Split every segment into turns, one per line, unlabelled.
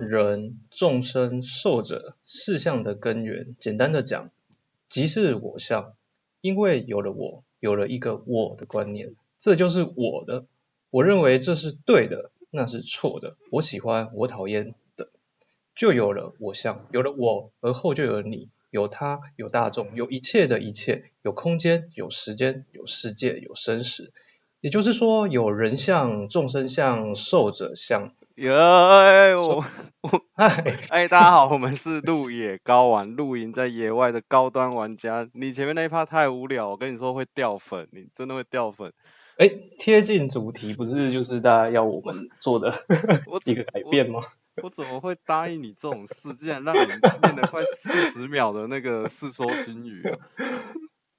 人、众生、寿者四相的根源。简单的讲，即是我相，因为有了我，有了一个我的观念，这就是我的。我认为这是对的，那是错的。我喜欢，我讨厌的，就有了我相，有了我，而后就有了你，有他，有大众，有一切的一切，有空间，有时间，有世界，有生死。也就是说，有人相、众生相、受者相。
耶、哎我
哎，
哎，大家好，我们是路野高玩，露营在野外的高端玩家。你前面那一趴太无聊，我跟你说会掉粉，你真的会掉粉。
哎，贴近主题不是就是大家要我们做 的
我
一个改变吗？
我怎么会答应你这种事？竟然让你念了快四十秒的那个世说新语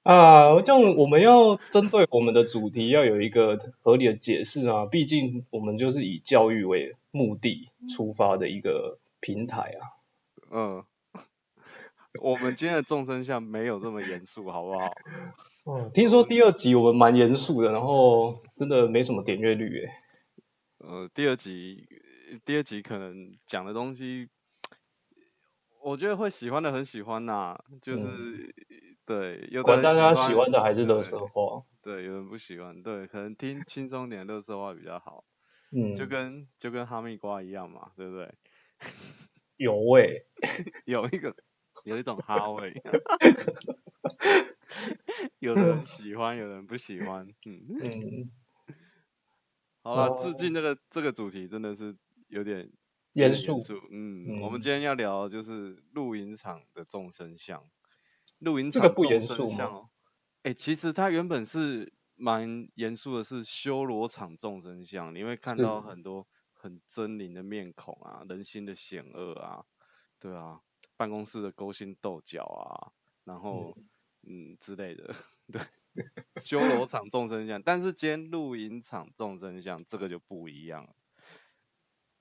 啊、
啊，这样我们要针对我们的主题要有一个合理的解释啊，毕竟我们就是以教育为目的出发的一个平台啊。
嗯，我们今天的众生相没有这么严肃，好不好？
哦，听说第二集我们蛮严肃的，然后真的没什么点阅率诶。
呃，第二集，第二集可能讲的东西，我觉得会喜欢的很喜欢呐、就是、对，
嗯
有的
管
人
大家喜
喜
欢的还是乐色
对
话，
对，有人不喜欢，对，可能听轻松点的乐色话比较好，
嗯，
就跟就跟哈密瓜一样嘛，对不对？
有欸味。
有一个有一种哈 味，有的人喜欢，有的人不喜欢，嗯。
嗯，
好了，
哦
致敬这个这个主题真的是有点有
严
点
肃。
嗯，我
嗯
们今天要聊的就是露营场的众生相，露营
这
场
个不
众
严
生
肃吗
相哦。哎、其实它原本是蛮严肃的，是修罗场众生相，你会看
是
到很多很狰狞的面孔啊，人心的险恶啊，对啊，办公室的勾心斗角啊，然后嗯之类的， 对，修罗场众生相，但是今天露营场众生相这个就不一样了，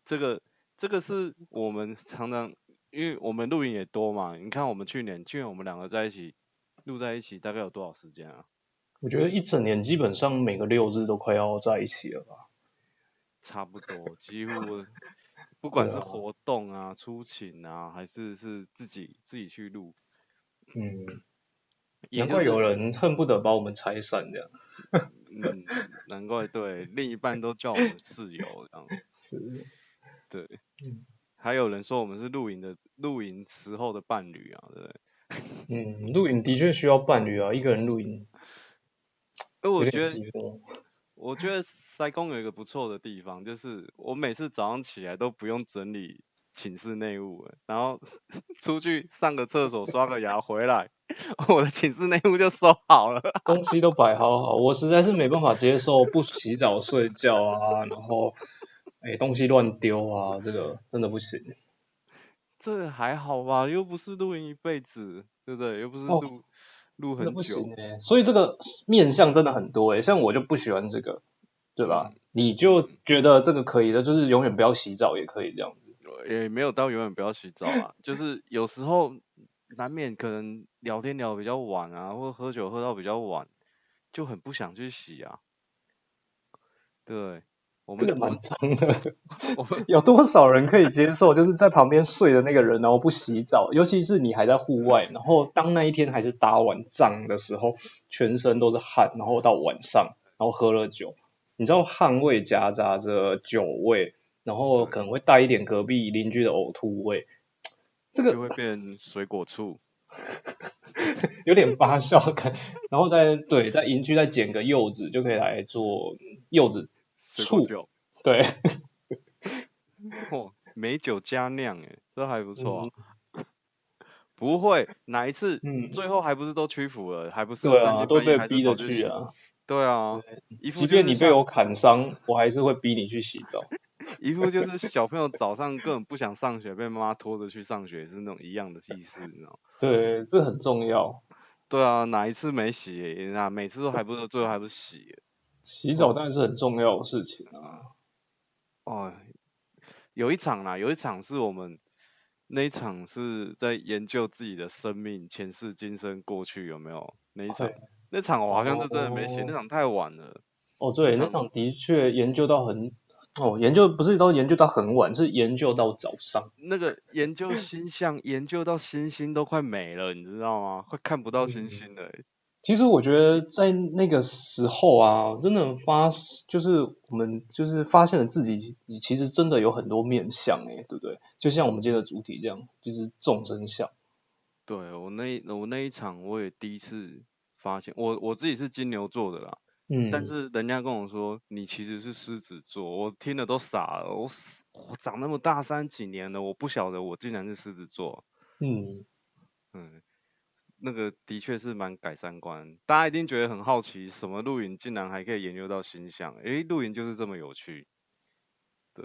这个这个是我们常常，因为我们露营也多嘛，你看我们去年去年我们两个在一起录在一起大概有多少时间啊？
我觉得一整年基本上每个六日都快要在一起了吧。
差不多，几乎不管
对
是
啊
活动啊、出勤啊，还是是自己自己去录，
嗯，
也
难
就
怪
是
有人恨不得把我们拆散这样。
嗯，难怪对另一半都叫我们室友这样。
是，
对，
嗯
还有人说我们是露营的露营时候的伴侣啊，对不对？
嗯，露营的确需要伴侣啊，一个人露营
哎，
有
我
点
觉得
寂寞。
我觉得塞工有一个不错的地方，就是我每次早上起来都不用整理寝室内务了，然后 出去上个厕所、刷个牙回来， 我的寝室内务就收好了。
啊东西都摆好好，我实在是没办法接受不洗澡睡觉啊，然后哎东西乱丢啊，这个真的不 行。
这还好吧，又不是露营一辈子，对不对？又不是
哦
露、露
真的
很
不
久
行，哎、所以这个面相真的很多哎、像我就不喜欢这个，对
嗯
吧？你就觉得这个可以的，就是永远不要洗澡也可以这样子。
也没有到永远不要洗澡啊，就是有时候难免可能聊天聊得比较晚啊，或者喝酒喝到比较晚，就很不想去洗啊。对，我
这
们
个
我们
蛮脏的，
我们
有多少人可以接受？就是在旁边睡的那个人，然后不洗澡，尤其是你还在户外，然后当那一天还是打完仗的时候，全身都是汗，然后到晚上，然后喝了酒，你知道汗味夹杂着酒味，然后可能会带一点隔壁邻居的呕吐味， 这个
就会变水果醋。
有点发酵感，然后再对在营区再捡个柚子就可以来做柚子，
水果
醋
酒，
对，
哦，美酒佳酿，哎，这还不错啊、 不会，哪一次
嗯，
最后还不是都屈服了？还不是
对
三
啊，
更
都
半夜
被
还是
逼
跑
着去
洗。
啊，
对啊，一副
即
就
便
是
你被
像
我砍伤，我还是会逼你去洗澡，
一副就是小朋友早上根本不想上学，被妈妈拖着去上学，是那种一样的意思，你知道吗？
对，这很重要，
对啊，哪一次没洗、那每次都还不是最后还不是洗、
洗澡当然是很重要的事情啊，
哦，有一场啦，有一场是我们那一场是在研究自己的生命、前世今生、过去有没有那一场
对？
那场我好像是真的没写，那场太晚了。
哦对，
那
那
场
场的确研究到很哦，研究不是都研究到很晚，是研究到早上。
那个研究星象，研究到星星都快没了，你知道吗？快看不到星星了欸、
其实我觉得在那个时候啊，真的发就是我们就是发现了自己其实真的有很多面相诶，对不对？就像我们今天的主题这样，就是众生相。
对我那一我那一场，我也第一次发现，我我自己是金牛座的啦，
嗯，
但是人家跟我说你其实是狮子座，我听了都傻了，我死我长那么大三几年了，我不晓得我竟然是狮子座，
嗯，
嗯，那个的确是蛮改三观，大家一定觉得很好奇，什么露营竟然还可以研究到星象，诶，露营就是这么有趣，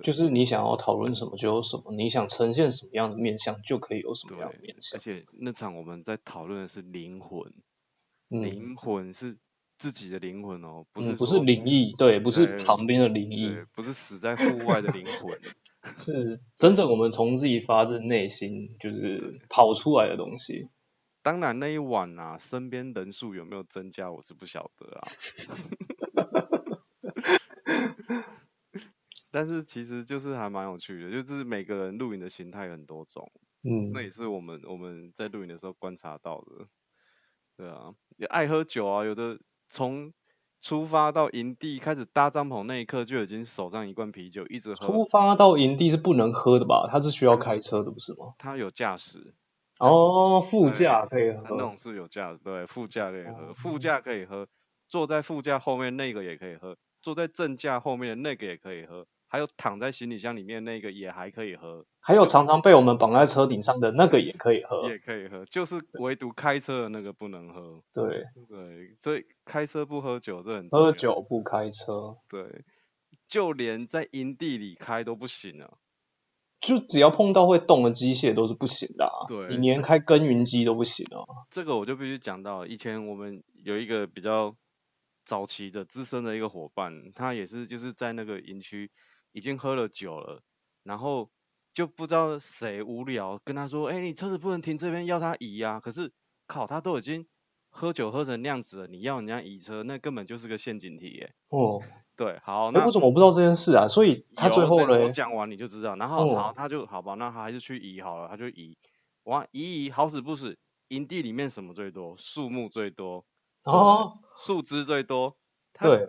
就是你想要讨论什么就有什么，你想呈现什么样的面相就可以有什么样的
对
面
而
相。
且那场我们在讨论的是灵魂，
嗯，
灵魂是自己的灵魂哦，不是、
嗯不是灵，异，对，不是
对
旁边的灵异，
对，不是死在户外的灵魂，
是真正我们从自己发自内心就是跑出来的东西。
当然那一晚啊，身边人数有没有增加，我是不晓得啊。 但是其实就是还蛮有趣的，就是每个人露营的形态有很多种，
嗯
那也是我们我们在露营的时候观察到的。对啊，也爱喝酒啊，有的从出发到营地开始搭帐篷那一刻就已经手上一罐啤酒一直
出
喝，
发到营地是不能喝的吧？它是需要开车的，不是吗？
他有驾驶，
哦，副驾可以
他啊那
喝。哦
种是有驾驶，对，副驾可以喝，副驾可以喝，坐在副驾后面那个也可以喝，坐在正驾后面的那个也可以喝，还有躺在行李箱里面那个也还可以喝，
还有常常被我们绑在车顶上的那个也可以喝。
也可以喝，就是
呃
唯独开车的那个不能喝。
对，
对，所以开车不喝酒这很重要
喝。酒不开车，
对，就连在营地里开都不行啊。
就只要碰到会动的机械都是不行的、啊。
对
你连开耕耘机都不行啊。
这个我就必须讲到了，以前我们有一个比较早期的资深的一个伙伴，他也是就是在那个营区已经喝了酒了，然后就不知道谁无聊跟他说，哎、你车子不能停这边，要他移啊。可是靠，他都已经喝酒喝成那样子了，你要人家移车，那根本就是个陷阱题耶。
哦，
对，好，
哎、
那
为什么我不知道这件事啊？所以他
有
最后
那我
嘞，
讲完你就知道。然后
哦
好，他就好吧，那他还是去移好了，他就移，哇，移移好死不死，营地里面什么最多？树木最多，
哦，
树枝最多。他
对，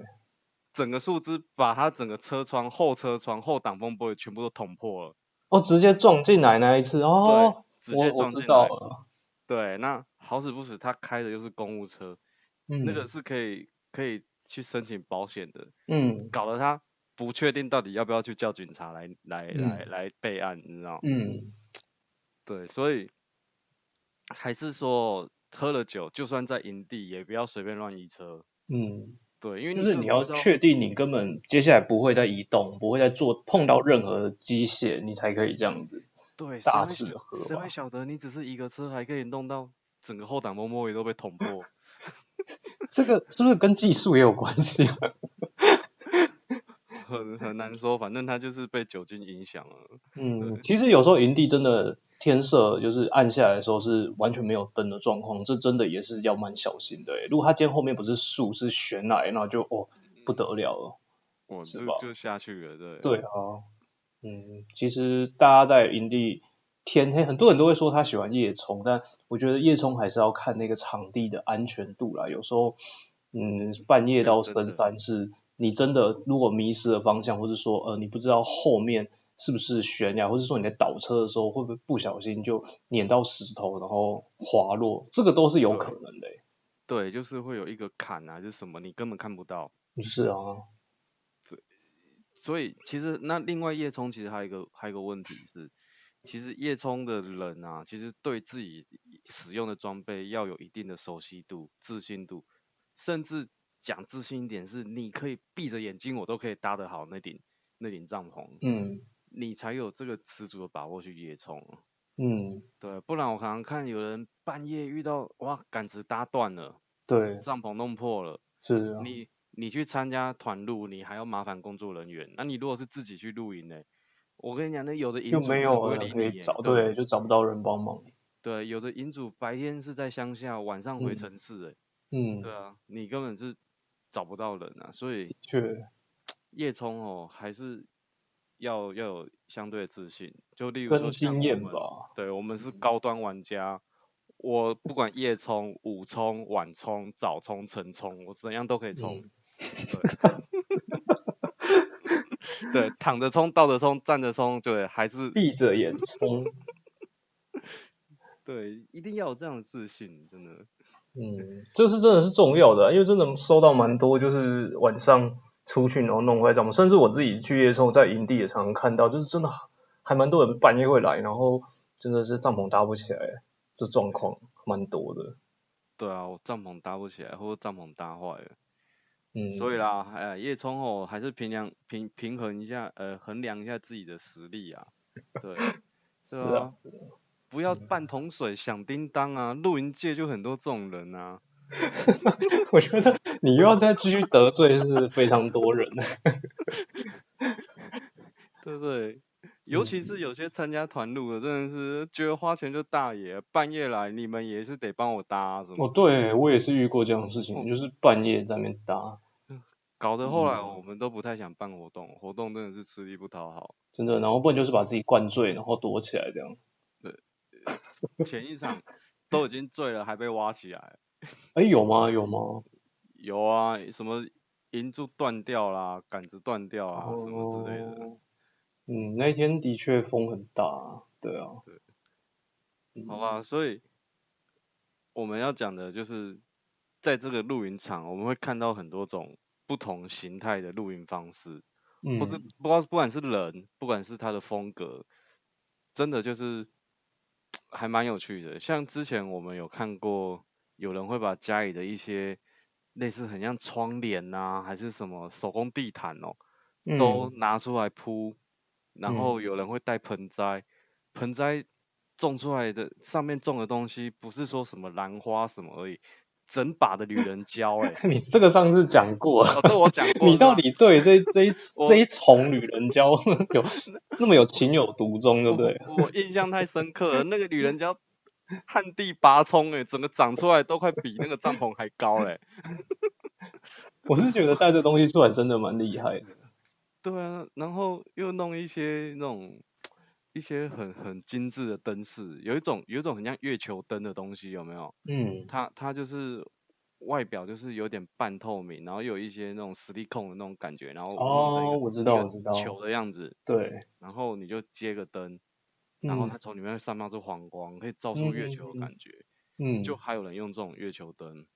整个树枝把他整个车窗、后车窗、后挡风玻璃全部都捅破了，
哦，直接撞进来那一次，哦，
直接
我我
撞
知
进
道
来。
了，
对，那好死不死，他开的又是公务车，
嗯，
那个，是可以可以去申请保险的，
嗯
搞得他不确定到底要不要去叫警察来来
嗯
来来备案，你知道吗？
嗯，
对，所以还是说喝了酒，就算在营地也不要随便乱移车。
嗯，
对，因为
就是
根
你
本
要
不知道
确定你根本接下来不会再移动，不会再做碰到任何机械，你才可以这样子。
对，谁
大
会
致
晓
合
谁
吧
会晓得你只是一个车还可以弄到整个后挡风玻璃都被 捅破？
这个是不是跟技术也有关系啊？
很很难说，反正他就是被酒精影响了。
嗯，其实有时候营地真的天色就是暗下来的时候是完全没有灯的状况，这真的也是要蛮小心的欸。如果它今天后面不是树是悬崖，那就哦不得了了。
我
是
就
吧
就下去了，对。
对啊，嗯，其实大家在营地天黑，很多人都会说他喜欢夜冲，但我觉得夜冲还是要看那个场地的安全度啦。有时候，嗯，半夜到
对真
深
的
山是，你真的如果迷失了方向，或者说呃你不知道后面是不是悬崖，或者说你在倒车的时候会不会不小心就碾到石头，然后滑落，这个都是有
对
可能的欸、
对，就是会有一个坎啊，就是什么你根本看不到。
是啊，
所以其实那另外叶冲其实还有一个还有一个问题是，其实叶冲的人啊，其实对自己使用的装备要有一定的熟悉度、自信度，甚至讲自信一点是，你可以闭着眼睛我都可以搭得好那顶那顶帐篷，
嗯
你才有这个十足的把握去夜冲啊。
嗯，
对，不然我常常看有人半夜遇到哇杆子搭断了，
对，
帐篷弄破了，
是啊，
你你去参加团露，你还要麻烦工作人员。那你如果是自己去露营呢？我跟你讲，那有的营
就
主
没
根
有
本不会
人
理
可
你
以
耶
找，
对
对，就找不到人帮忙。
对，有的营主白天是在乡下，晚上回
嗯
城市，哎、
嗯，
对啊，你根本是找不到人啊。所以
确，
夜冲哦，还是要要有相对的自信，就例如
跟
说像
经
我
验
们
吧，
对，我们是高端玩家，我不管夜冲、午冲、晚冲、早冲、晨冲，我怎样都可以冲。对， 对，躺着冲、倒着冲、站着冲，对，还是
闭着眼冲，
对，一定要有这样的自信，真的。
嗯，这是真的是重要的啊、因为真的收到蛮多，就是晚上出去然后弄坏账，甚至我自己去夜冲，在营地也常常看到，就是真的还蛮多人半夜会来，然后真的是帐篷搭不起来，这状况蛮多的。
对啊，我帐篷搭不起来，或者帐篷搭坏了，
嗯，
所以啦，哎，夜冲后还是平量平平衡一下，呃，衡量一下自己的实力啊。对，
是啊
对啊，
是啊
不要半桶水响叮当啊，露营界就很多这种人啊。
我觉得你又要再继续得罪是非常多人，
对不对？尤其是有些参加团路的，真的是觉得花钱就大爷，半夜来你们也是得帮我搭、啊、什
哦
么，，
对我也是遇过这样的事情，就是半夜在那边搭，
搞得后来我们都不太想办活动，活动真的是吃力不讨好。
真的，然后不然就是把自己灌醉，然后躲起来这样。
前一场都已经醉了，还被挖起来，
哎，有吗？有吗？
有啊，什么银柱断掉啦，杆子断掉啊，什么之类的。
哦。嗯，那一天的确风很大，对啊。嗯
好吧，所以我们要讲的就是，在这个露营场，我们会看到很多种不同形态的露营方式。
嗯
或是不管不管是人，不管是他的风格，真的就是还蛮有趣的。像之前我们有看过，有人会把家里的一些类似很像窗帘呐、还是什么手工地毯哦，都拿出来铺，然
嗯
后有人会带盆栽，盆栽种出来的上面种的东西，不是说什么兰花什么而已，整把的女人蕉哎、
嗯你这个上次讲过了，
哦，这 我讲过。
你到底对这这一
我
这一重女人交有那么有情有独钟，对不对？
我我印象太深刻了，那个女人叫旱地拔葱哎、整个长出来都快比那个帐篷还高欸嘞、
我是觉得带这东西出来真的蛮厉害的。
对啊，然后又弄一些那种一些很很精致的灯饰，有一种有一种很像月球灯的东西，有没有？
嗯
它它就是外表就是有点半透明，然后有一些那种实力控的那种感觉，然后弄成一个
哦我知
一
道
个
我知道
球的样子，
对，
然后你就接个灯，然后
嗯
它从里面会散发出黄光，可以照
嗯
出月
嗯
球
嗯
的感觉。
嗯，
就还有人用这种月球灯，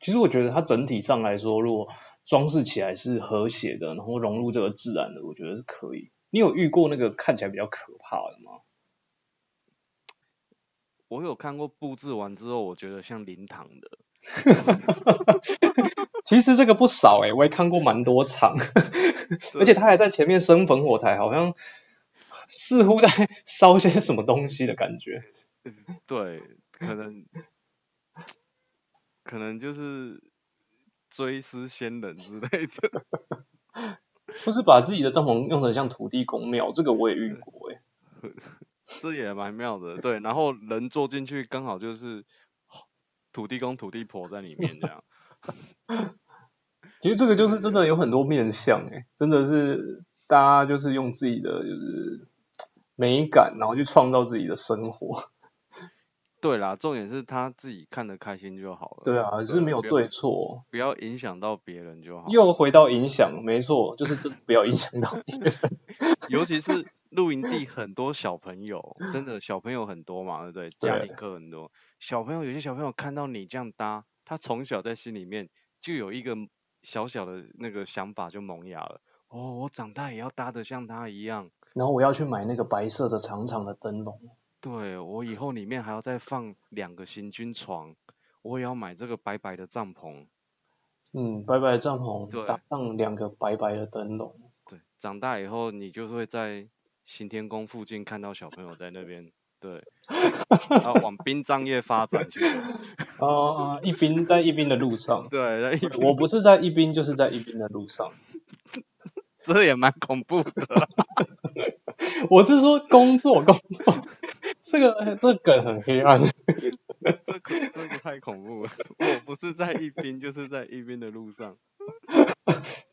其实我觉得它整体上来说，如果装饰起来是和谐的，然后融入这个自然的，我觉得是可以。你有遇过那个看起来比较可怕的吗？
我有看过布置完之后，我觉得像灵堂的，
其实这个不少欸诶、我也看过蛮多场， 而且他还在前面生烽火台，好像似乎在烧些什么东西的感觉。
对，可能可能就是追思先人之类的，
或是把自己的帐篷用成像土地公庙，这个我也遇过诶、欸
这也蛮妙的。对，然后人坐进去刚好就是土地公、土地婆在里面这样。
其实这个就是真的有很多面向诶、真的是大家就是用自己的就是美感，然后去创造自己的生活。
对啦，重点是他自己看得开心就好了。
对啊，是没有
不要
对错，
不要影响到别人就好了。
又回到影响，没错，就是真的不要影响到别人。
尤其是露营地很多小朋友，真的小朋友很多嘛，对不对？家庭课很多，小朋友有些小朋友看到你这样搭，他从小在心里面就有一个小小的那个想法就萌芽了。哦，我长大也要搭得像他一样，
然后我要去买那个白色的长长的灯笼，
对我以后里面还要再放两个行军床，我也要买这个白白的帐篷。
嗯，白白的帐篷
对
搭上两个白白的灯笼，
对，长大以后你就会在行天宫附近看到小朋友在那边，对，然后往殡葬业发展去了。，
啊、一兵在一兵的路上
对，那 一
我不是在一兵就是在一兵的路上，
这也蛮恐怖的。
我是说工作工作，这个这个梗很黑暗，
这可这个太恐怖了。我不是在一边，就是在一边的路上。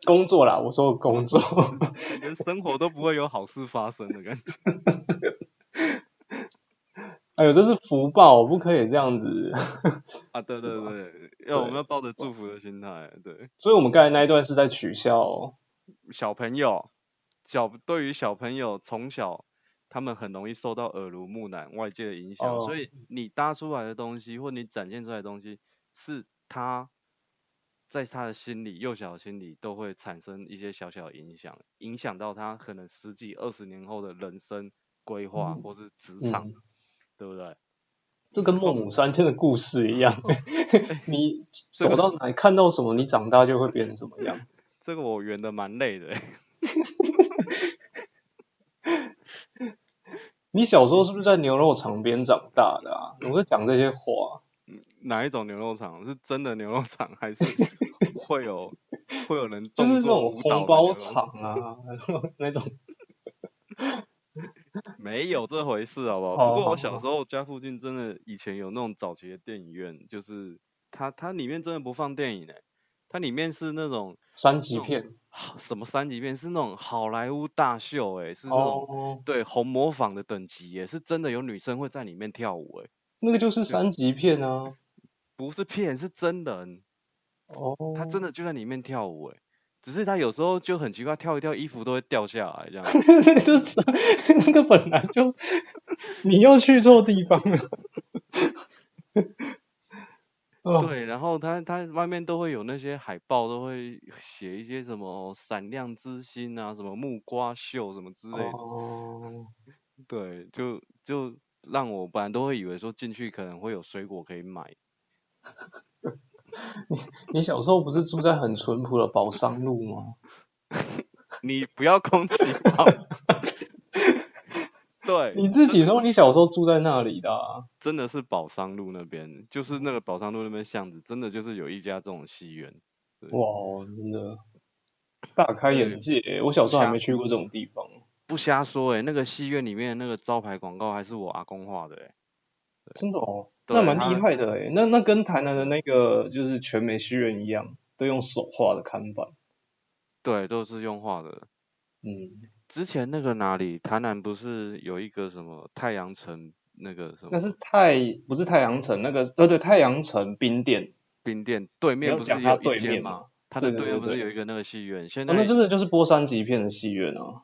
工作啦，我说的工作，
连生活都不会有好事发生的感觉。
哎呦，这是福报，不可以这样子。
啊，对
是
对
吗
对，要我们要抱着祝福的心态，对。
所以我们刚才那一段是在取哦笑、
小朋友，小对于小朋友从小，他们很容易受到耳濡目染外界的影响，
哦
所以你搭出来的东西或你展现出来的东西，是他在他的心里幼小的心里都会产生一些小小的影响，影响到他可能十几二十年后的人生规划、或是职场，
嗯
对不对？
这跟孟母三迁的故事一
哦
样， 你
这
走
个
到哪里看到什么，你长大就会变成怎么样。
这个我圆的蛮累的、
你小时候是不是在牛肉场边长大的啊？我在讲这些 话，
哪一种牛肉厂？是真的牛肉厂，还是会有会有 人
就是那
动作
种
舞
红
蹈的牛
包
肉
场啊， 那种
没有这回事，好不好？
哦
不过我
好
小时候家附近真的以前有那种早期的电影院，就是它它里面真的不放电影诶、欸它里面是那种
三级片
好什么三级片，是那种好莱坞大秀诶、是那种、
哦，
对红模仿的等级诶、是真的有女生会在里面跳舞诶、
那个就是三级片啊。
不是骗，是真人，
哦，
她真的就在里面跳舞诶、只是她有时候就很奇怪，跳一跳衣服都会掉下来这样。
那个就是 那个本来就， 你又去错地方 了。哦，
对，然后它它外面都会有那些海报，都会写一些什么闪亮之星啊，什么木瓜秀什么之类的。
哦，
对，就就让我本来都会以为说进去可能会有水果可以买，
你小时候不是住在很淳朴的宝山路吗？
你不要攻击我。 对，
你自己说你小时候住在那里的啊、
真的是宝山路那边，就是那个宝山路那边巷子，真的就是有一家这种戏院。
哇，哦真的大开眼界耶、我小时候还没去过这种地方，
不瞎说欸诶、那个戏院里面的那个招牌广告还是我阿公画的诶、欸
真的哦，
对
那蛮
它
厉害的哎、那那跟台南的那个就是全美戏院一样，都用手画的看板。
对，都是用画的。
嗯，
之前那个哪里，台南不是有一个什么太阳城那个什
那
么
是太不是太阳城那个，呃对对，太阳城冰店，
冰店对面
要
不是
讲它
有一
对
间
面
吗
嘛？
它的
对对
面不
对
是
对
有一个那个戏院？现
哦、那
在
真的就是播三级片的戏院啊，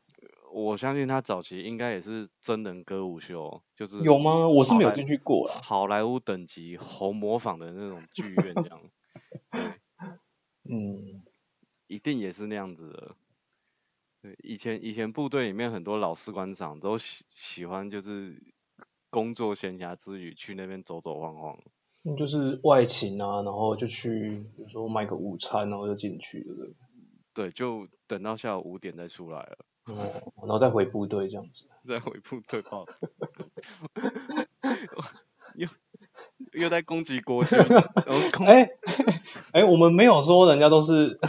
我相信它早期应该也是真人歌舞秀，就是
有吗？我是没有进
去
去过啦。
好莱坞等级猴模仿的那种剧院这样，
嗯，
一定也是那样子的。对，以前以前部队里面很多老士官长都喜喜欢就是工作闲暇之余去那边走走晃晃。
那就是外勤啊，然后就去，比如说买个午餐，然后就进去，对不对？
对，就等到下午五点再出来了，
哦，然后再回部队这样子。
再回部队报。又又在攻击国军，然后攻
哎、 哎、我们没有说人家都是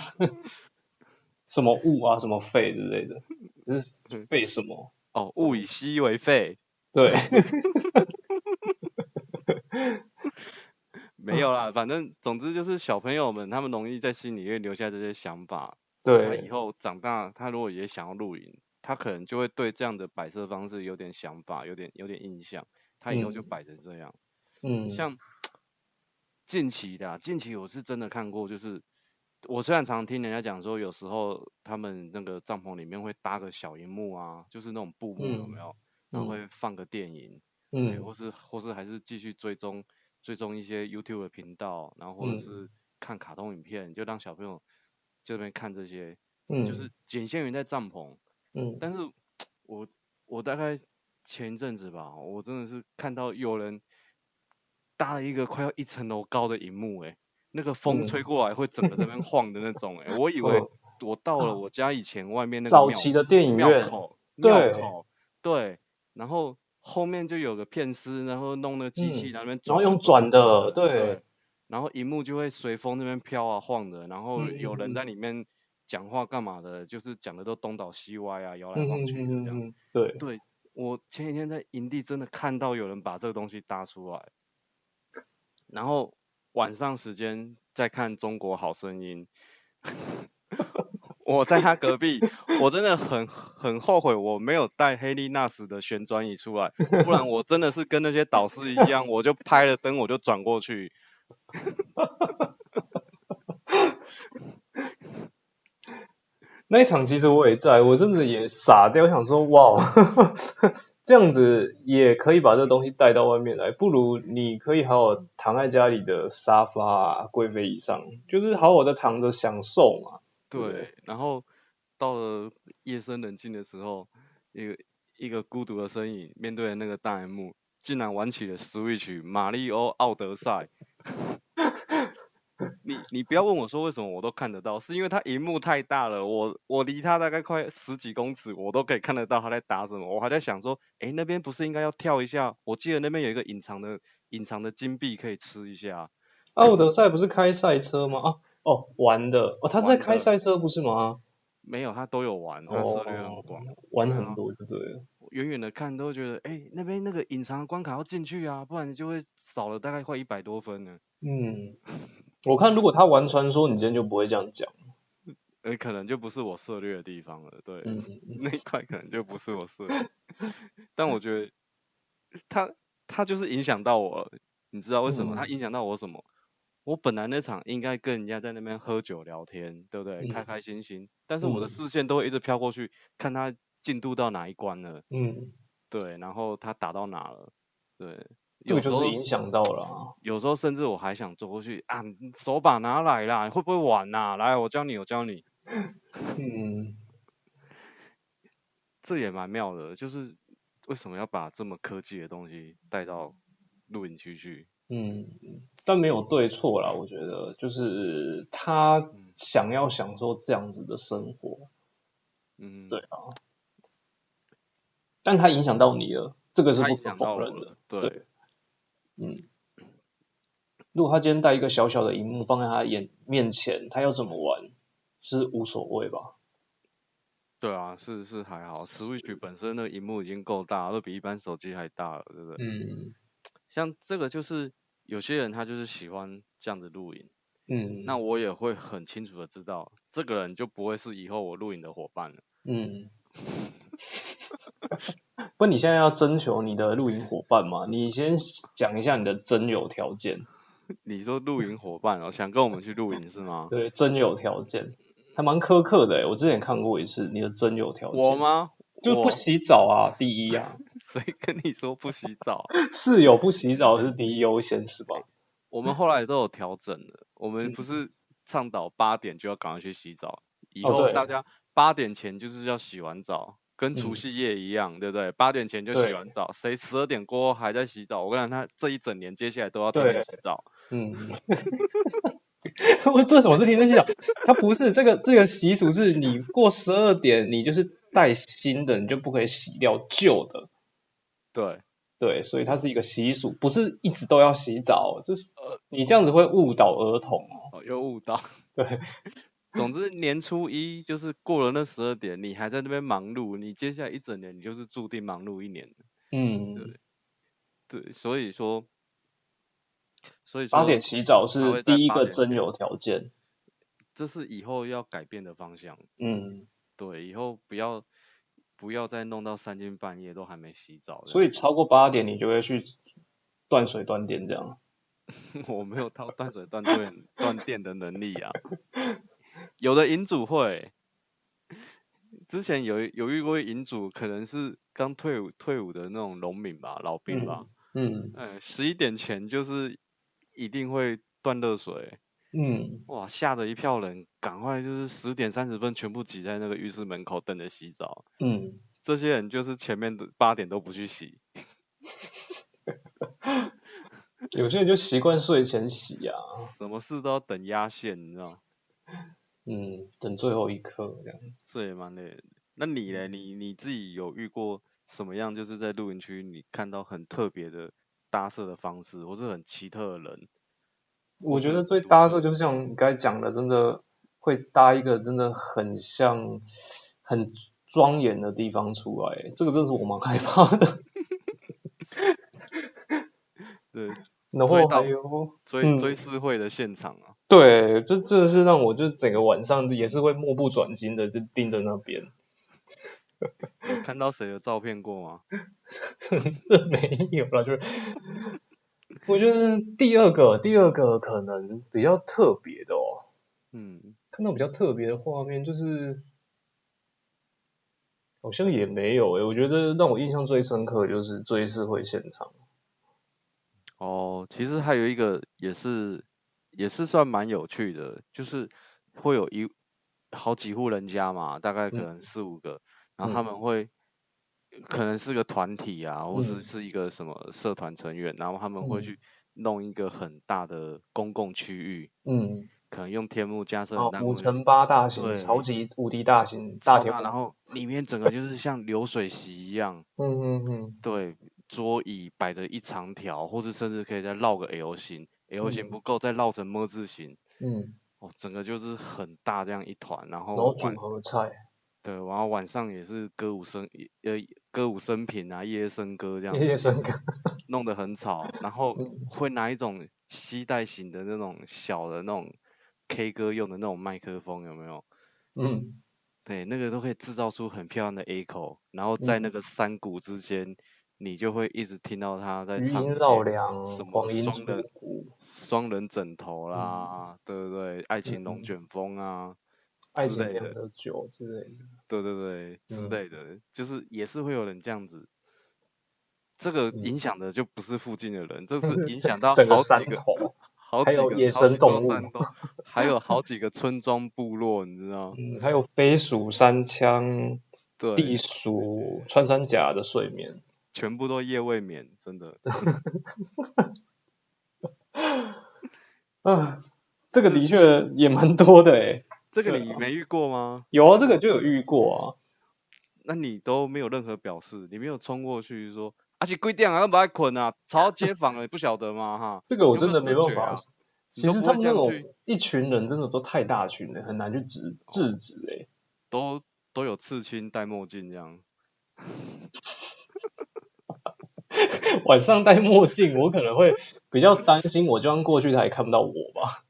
什么物啊、什么肺之类的，就是肺什么？
哦，物以稀为贵，
对，
没有啦，反正总之就是小朋友们他们容易在心里会留下这些想法，他以
对，
后长大，他如果也想要露营，他可能就会对这样的摆设方式有点想法，有点有点印象，他以后就
嗯
摆成这样。
嗯，
像近期的、啊，近期我是真的看过，就是我虽然常听人家讲说，有时候他们那个帐篷里面会搭个小荧幕啊，就是那种布幕有没有？然
嗯
后会放个电影，对，
嗯
或是或是还是继续追踪追踪一些 YouTube 的频道，然后或者
嗯
是看卡通影片，就让小朋友这边看这些，
嗯，
就是仅限于在帐篷。
嗯，
但是我我大概前一阵子吧，我真的是看到有人搭了一个快要一层楼高的荧幕、欸，那个风
嗯
吹过来会整个在那边晃的那种、欸，我以为
哦
我到了我家以前外面那个
早
庙
期的电影
庙
院，
口庙
对
口，对，然后后面就有个片师，然后弄那个机器，
嗯
然后那边
然后
转
用
啊
转的，
对
对，
然后荧幕就会随风那边飘啊晃的，然后
嗯
有
嗯
人
嗯
在里面讲话干嘛的，就是讲的都东倒西歪啊，摇来
嗯
晃
嗯
去的这
嗯
样。
嗯嗯，对，
对，我前几天在营地真的看到有人把这个东西搭出来，然后晚上时间在看《中国好声音》， 我在他隔壁，我真的很很后悔我没有带黑利纳斯的旋转椅出来，不然我真的是跟那些导师一样，我就拍了灯我就转过去。
那一场其实我也在，我真的也傻掉，想说哇，这样子也可以把这东西带到外面来，不如你可以好好躺在家里的沙发啊、贵妃椅上，就是好好的躺着享受嘛。
对，然后到了夜深人静的时候，一个一个孤独的身影面对那个大荧幕，竟然玩起了 Switch《马里奥奥德赛》你。你不要问我说为什么我都看得到，是因为它荧幕太大了，我我离它大概快十几公尺，我都可以看得到它在打什么。我还在想说，诶，那边不是应该要跳一下？我记得那边有一个隐藏的隐藏的金币可以吃一下。啊
奥德赛不是开赛车吗？啊，哦，玩的，哦，他是在开赛车不是吗？
没有，它都有玩，它涉猎很广。
玩很多就对了。
远远的看都觉得，哎、那边那个隐藏的关卡要进去啊，不然你就会少了大概快一百多分呢。
嗯，我看如果他玩传说，你今天就不会这样讲。
呃，可能就不是我涉猎的地方了，对，
嗯，
那一块可能就不是我涉 猎。但我觉得他他就是影响到我了，你知道为什
嗯
么？他影响到我什么？我本来那场应该跟人家在那边喝酒聊天，对不对？开
嗯
开心心，但是我的
嗯
视线都会一直飘过去，看他进度到哪一关了，
嗯，
对，然后他打到哪了，对。
这
有
个
时
就
候
是影响到了、啊。
有时候甚至我还想走过去啊，你手把拿来啦，你会不会玩呐、来，我教你，我教你。
嗯，
这也蛮妙的，就是为什么要把这么科技的东西带到录影区去？
嗯，但没有对错啦，我觉得就是他想要享受这样子的生活，
嗯，
对但他影响到你了，这个是
它
不
影
可
响到
否
我
认的。
了。对，
对如果他今天带一个小小的荧幕放在他眼面前，他要怎么玩是无所谓吧？
对啊，是是还好，Switch 本身那个荧幕已经够大，都比一般手机还大了，对不对？
嗯
像这个就是有些人他就是喜欢这样子录影，
嗯，
那我也会很清楚的知道，这个人就不会是以后我录影的伙伴了。
嗯，不，你现在要征求你的露营伙伴嘛？你先讲一下你的真有条件，
你说露营伙伴哦，想跟我们去露营是吗？
对，真有条件，还蛮苛刻的诶，欸我之前也看过一次，你的真有条件，
我？吗？
就是
我
不洗澡啊，第一啊，
谁跟你说不洗澡？
室友不洗澡是第一优先是吧？
我们后来都有调整的，我们不是倡导八点就要赶快去洗澡，以
嗯哦
后
对
大家八点前就是要洗完澡，跟除
嗯
夕夜一样，对不对？八点前就洗
对
完澡，谁十二点过后还在洗澡，我跟你讲，他这一整年接下来都要天
对
天洗澡。
嗯，我这什么是天天洗澡？它不是这个这个习俗，是你过十二点，你就是带新的，你就不可以洗掉旧的。
对，
对，所以它是一个习俗，不是一直都要洗澡，就是呃你这样子会误导儿童哦。
哦，又悟到。
对，
总之年初一就是过了那十二点，你还在那边忙碌，你接下来一整年你就是注定忙碌一年。
嗯，
对，所以说，所以说
八点洗澡
他
是
会在
第一
8
个
点
真
前
有条件。
这是以后要改变的方向。
嗯，
对，以后不要不要再弄到三更半夜都还没洗澡这样。
所以超过八点你就会去断水断电这样。
我没有到断水断电断电的能力啊。有的银主会，之前有有遇过银主，可能是刚退伍退伍的那种农民吧，老兵吧，
嗯
嗯，十一点前就是一定会断热水，
嗯，
哇，吓得一票人赶快就是十点三十分全部挤在那个浴室门口等着洗澡，
嗯，
这些人就是前面的八点都不去洗，
有些人就习惯睡前洗啊呀、
什么事都要等压线，你知道吗？
嗯，等最后一刻这样。
这也蛮累的。那你嘞，你你自己有遇过什么样？就是在露营区你看到很特别的搭设的方式，或是很奇特的人？
我觉得最搭这就像你刚才讲的，真的会搭一个真的很像很庄严的地方出来，这个真的是我蛮害怕的。
对，
然
所以
后
到
还有
追、
嗯
追思会的现场啊，
对，这真的是让我就整个晚上也是会目不转睛的就盯着那边，
有看到谁的照片过吗？
这没有了，就是我觉得第二个第二个可能比较特别的哦，
嗯，
看到比较特别的画面就是。好像也没有诶、欸我觉得让我印象最深刻的就是追思会现场。
哦，其实还有一个也是也是算蛮有趣的，就是会有一好几户人家嘛，大概可
嗯
能四五个，然后他们会可能是个团体啊，或
嗯
是是一个什么社团成员，然后他们会
嗯
去弄一个很大的公共区域，
嗯，
可能用天幕架设
啊
很大，公
五
共区域
乘八大型，
对
超级无敌大型大
超
铁
大，然后里面整个就是像流水席一样，
嗯嗯嗯，
对，桌椅摆的一长条，或是甚至可以再绕个 L 型，L 型
嗯
不够再绕成么字形，
嗯，
哦，整个就是很大这样一团，然后
然后
晚
组合菜，
对，然后晚上也是歌舞升呃歌舞升平啊，夜夜笙歌这样
夜夜笙歌，
弄得很吵，然后
嗯
会拿一种吸带型的那种小的那种 K 歌用的那种麦克风，有没有？
嗯，
对，那个都可以制造出很漂亮的 echo，然后在
嗯
那个山谷之间，你就会一直听到他在
余
唱
音
一
绕
些
梁，
什么
黄莺
双
出
人
谷，
双人枕头啦，对不对？爱情
嗯
龙卷风啊
爱
之
情
类
酿
的，
的酒之类的，
对对对
嗯
之类的，就是也是会有人这样子。这个
嗯
影响的就不是附近的人，这是影响到
整个
好
山
几个、
口，
好
还
几
有
个、
野
好
生
几座
动物
山洞，还有好几个村庄部落，你知道？
嗯，还有飞鼠、山枪、
对，
地鼠、穿山甲的睡眠，
全部都夜未眠，真的。
啊，这个
嗯
的确也蛮多的诶，
这个
对
你
啊
没遇过吗？
有啊，这个就有遇过
那你都没有任何表示，你没有冲过去说，而且规定啊，要把他捆啊，吵到街坊了，你不晓得吗？哈
啊，，这个我
有
真
没有
的没
自
办
觉
法
啊。你
其
都
实
不
他
会
们
这
那
样
种
去
一群人真的都太大群了，很难去制制止欸诶。
都都有刺青、戴墨镜这样。
晚上戴墨镜，我可能会比较担心，我就算过去他也看不到我吧。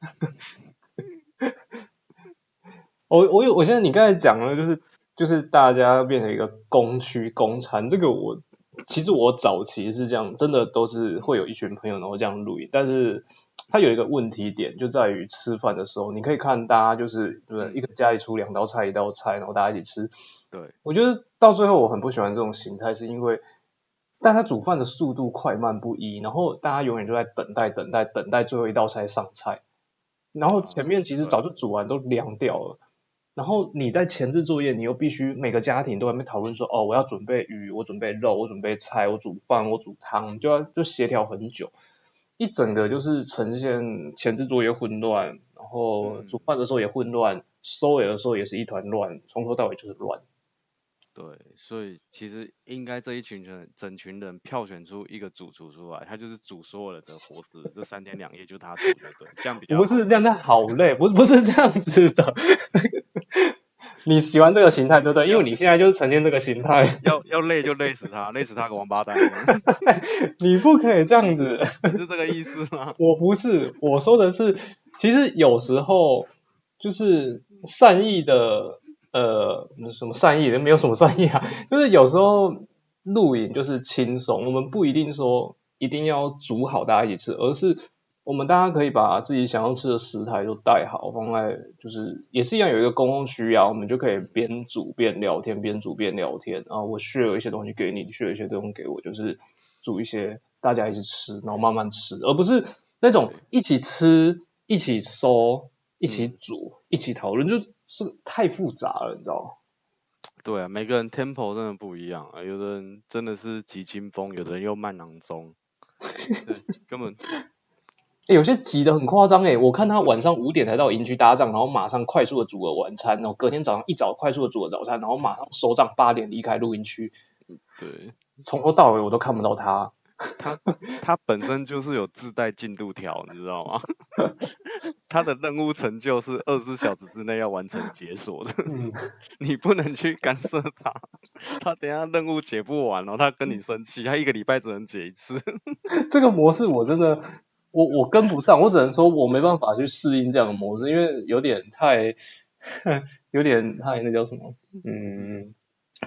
我我有，我现在你刚才讲了，就是就是大家变成一个公区公餐，这个我其实我早期是这样，真的都是会有一群朋友然后这样录影，但是它有一个问题点就在于吃饭的时候，你可以看大家就是对不对
嗯
一个家里出两道菜一道菜，然后大家一起吃，
对，
我觉得到最后我很不喜欢这种形态，是因为大家煮饭的速度快慢不一，然后大家永远就在等待、等待、等待最后一道菜上菜，然后前面其实早就煮完都凉掉了。然后你在前置作业，你又必须每个家庭都还没讨论说，哦，我要准备鱼，我准备肉，我准备菜，我煮饭，我煮汤，就要就协调很久，一整个就是呈现前置作业混乱，然后
嗯
煮饭的时候也混乱，收尾的时候也是一团乱，从头到尾就是乱。
对，所以其实应该这一群人整群人票选出一个主厨出来，他就是煮所有人的活食，这三天两夜就他煮的，对，这样比较
不
好
是这样，那好累，不是不是这样子的。 你喜欢这个形态，对不对？因为你现在就是呈现这个形态，
要要累就累死他，累死他个王八蛋，
你不可以这样子。
你 是这个意思吗？
我不是，我说的是，其实有时候就是善意的，呃，什么善意的，没有什么善意啊，就是有时候露营就是轻松，我们不一定说一定要煮好大家一起吃，而是我们大家可以把自己想要吃的食材都带好，放在就是也是一样有一个公共区啊，我们就可以边煮边聊天，边煮边聊天啊，我 share 一些东西给你，你 share 一些东西给我，就是煮一些大家一起吃，然后慢慢吃，而不是那种一起吃、一起收、一起煮、一起讨论，就是太复杂了，你知道吗？
对啊，每个人 tempo 真的不一样啊，有的人真的是急惊风，有的人又慢郎中， 对，根本
欸有些急得很夸张哎，我看他晚上五点才到营区搭帐，然后马上快速的煮了晚餐，然后隔天早上一早快速的煮了早餐，然后马上收帐八点离开露营区，
对
从头到尾我都看不到他。
他他本身就是有自带进度条，你知道吗？ 他的任务成就是二十四小时之内要完成解锁的，
嗯，
你不能去干涉他。他等一下任务解不完哦，他跟你生气，他一个礼拜只能解一次。
这个模式我真的我我跟不上，我只能说我没办法去适应这样的模式，因为有点太 有点太那叫什么，嗯，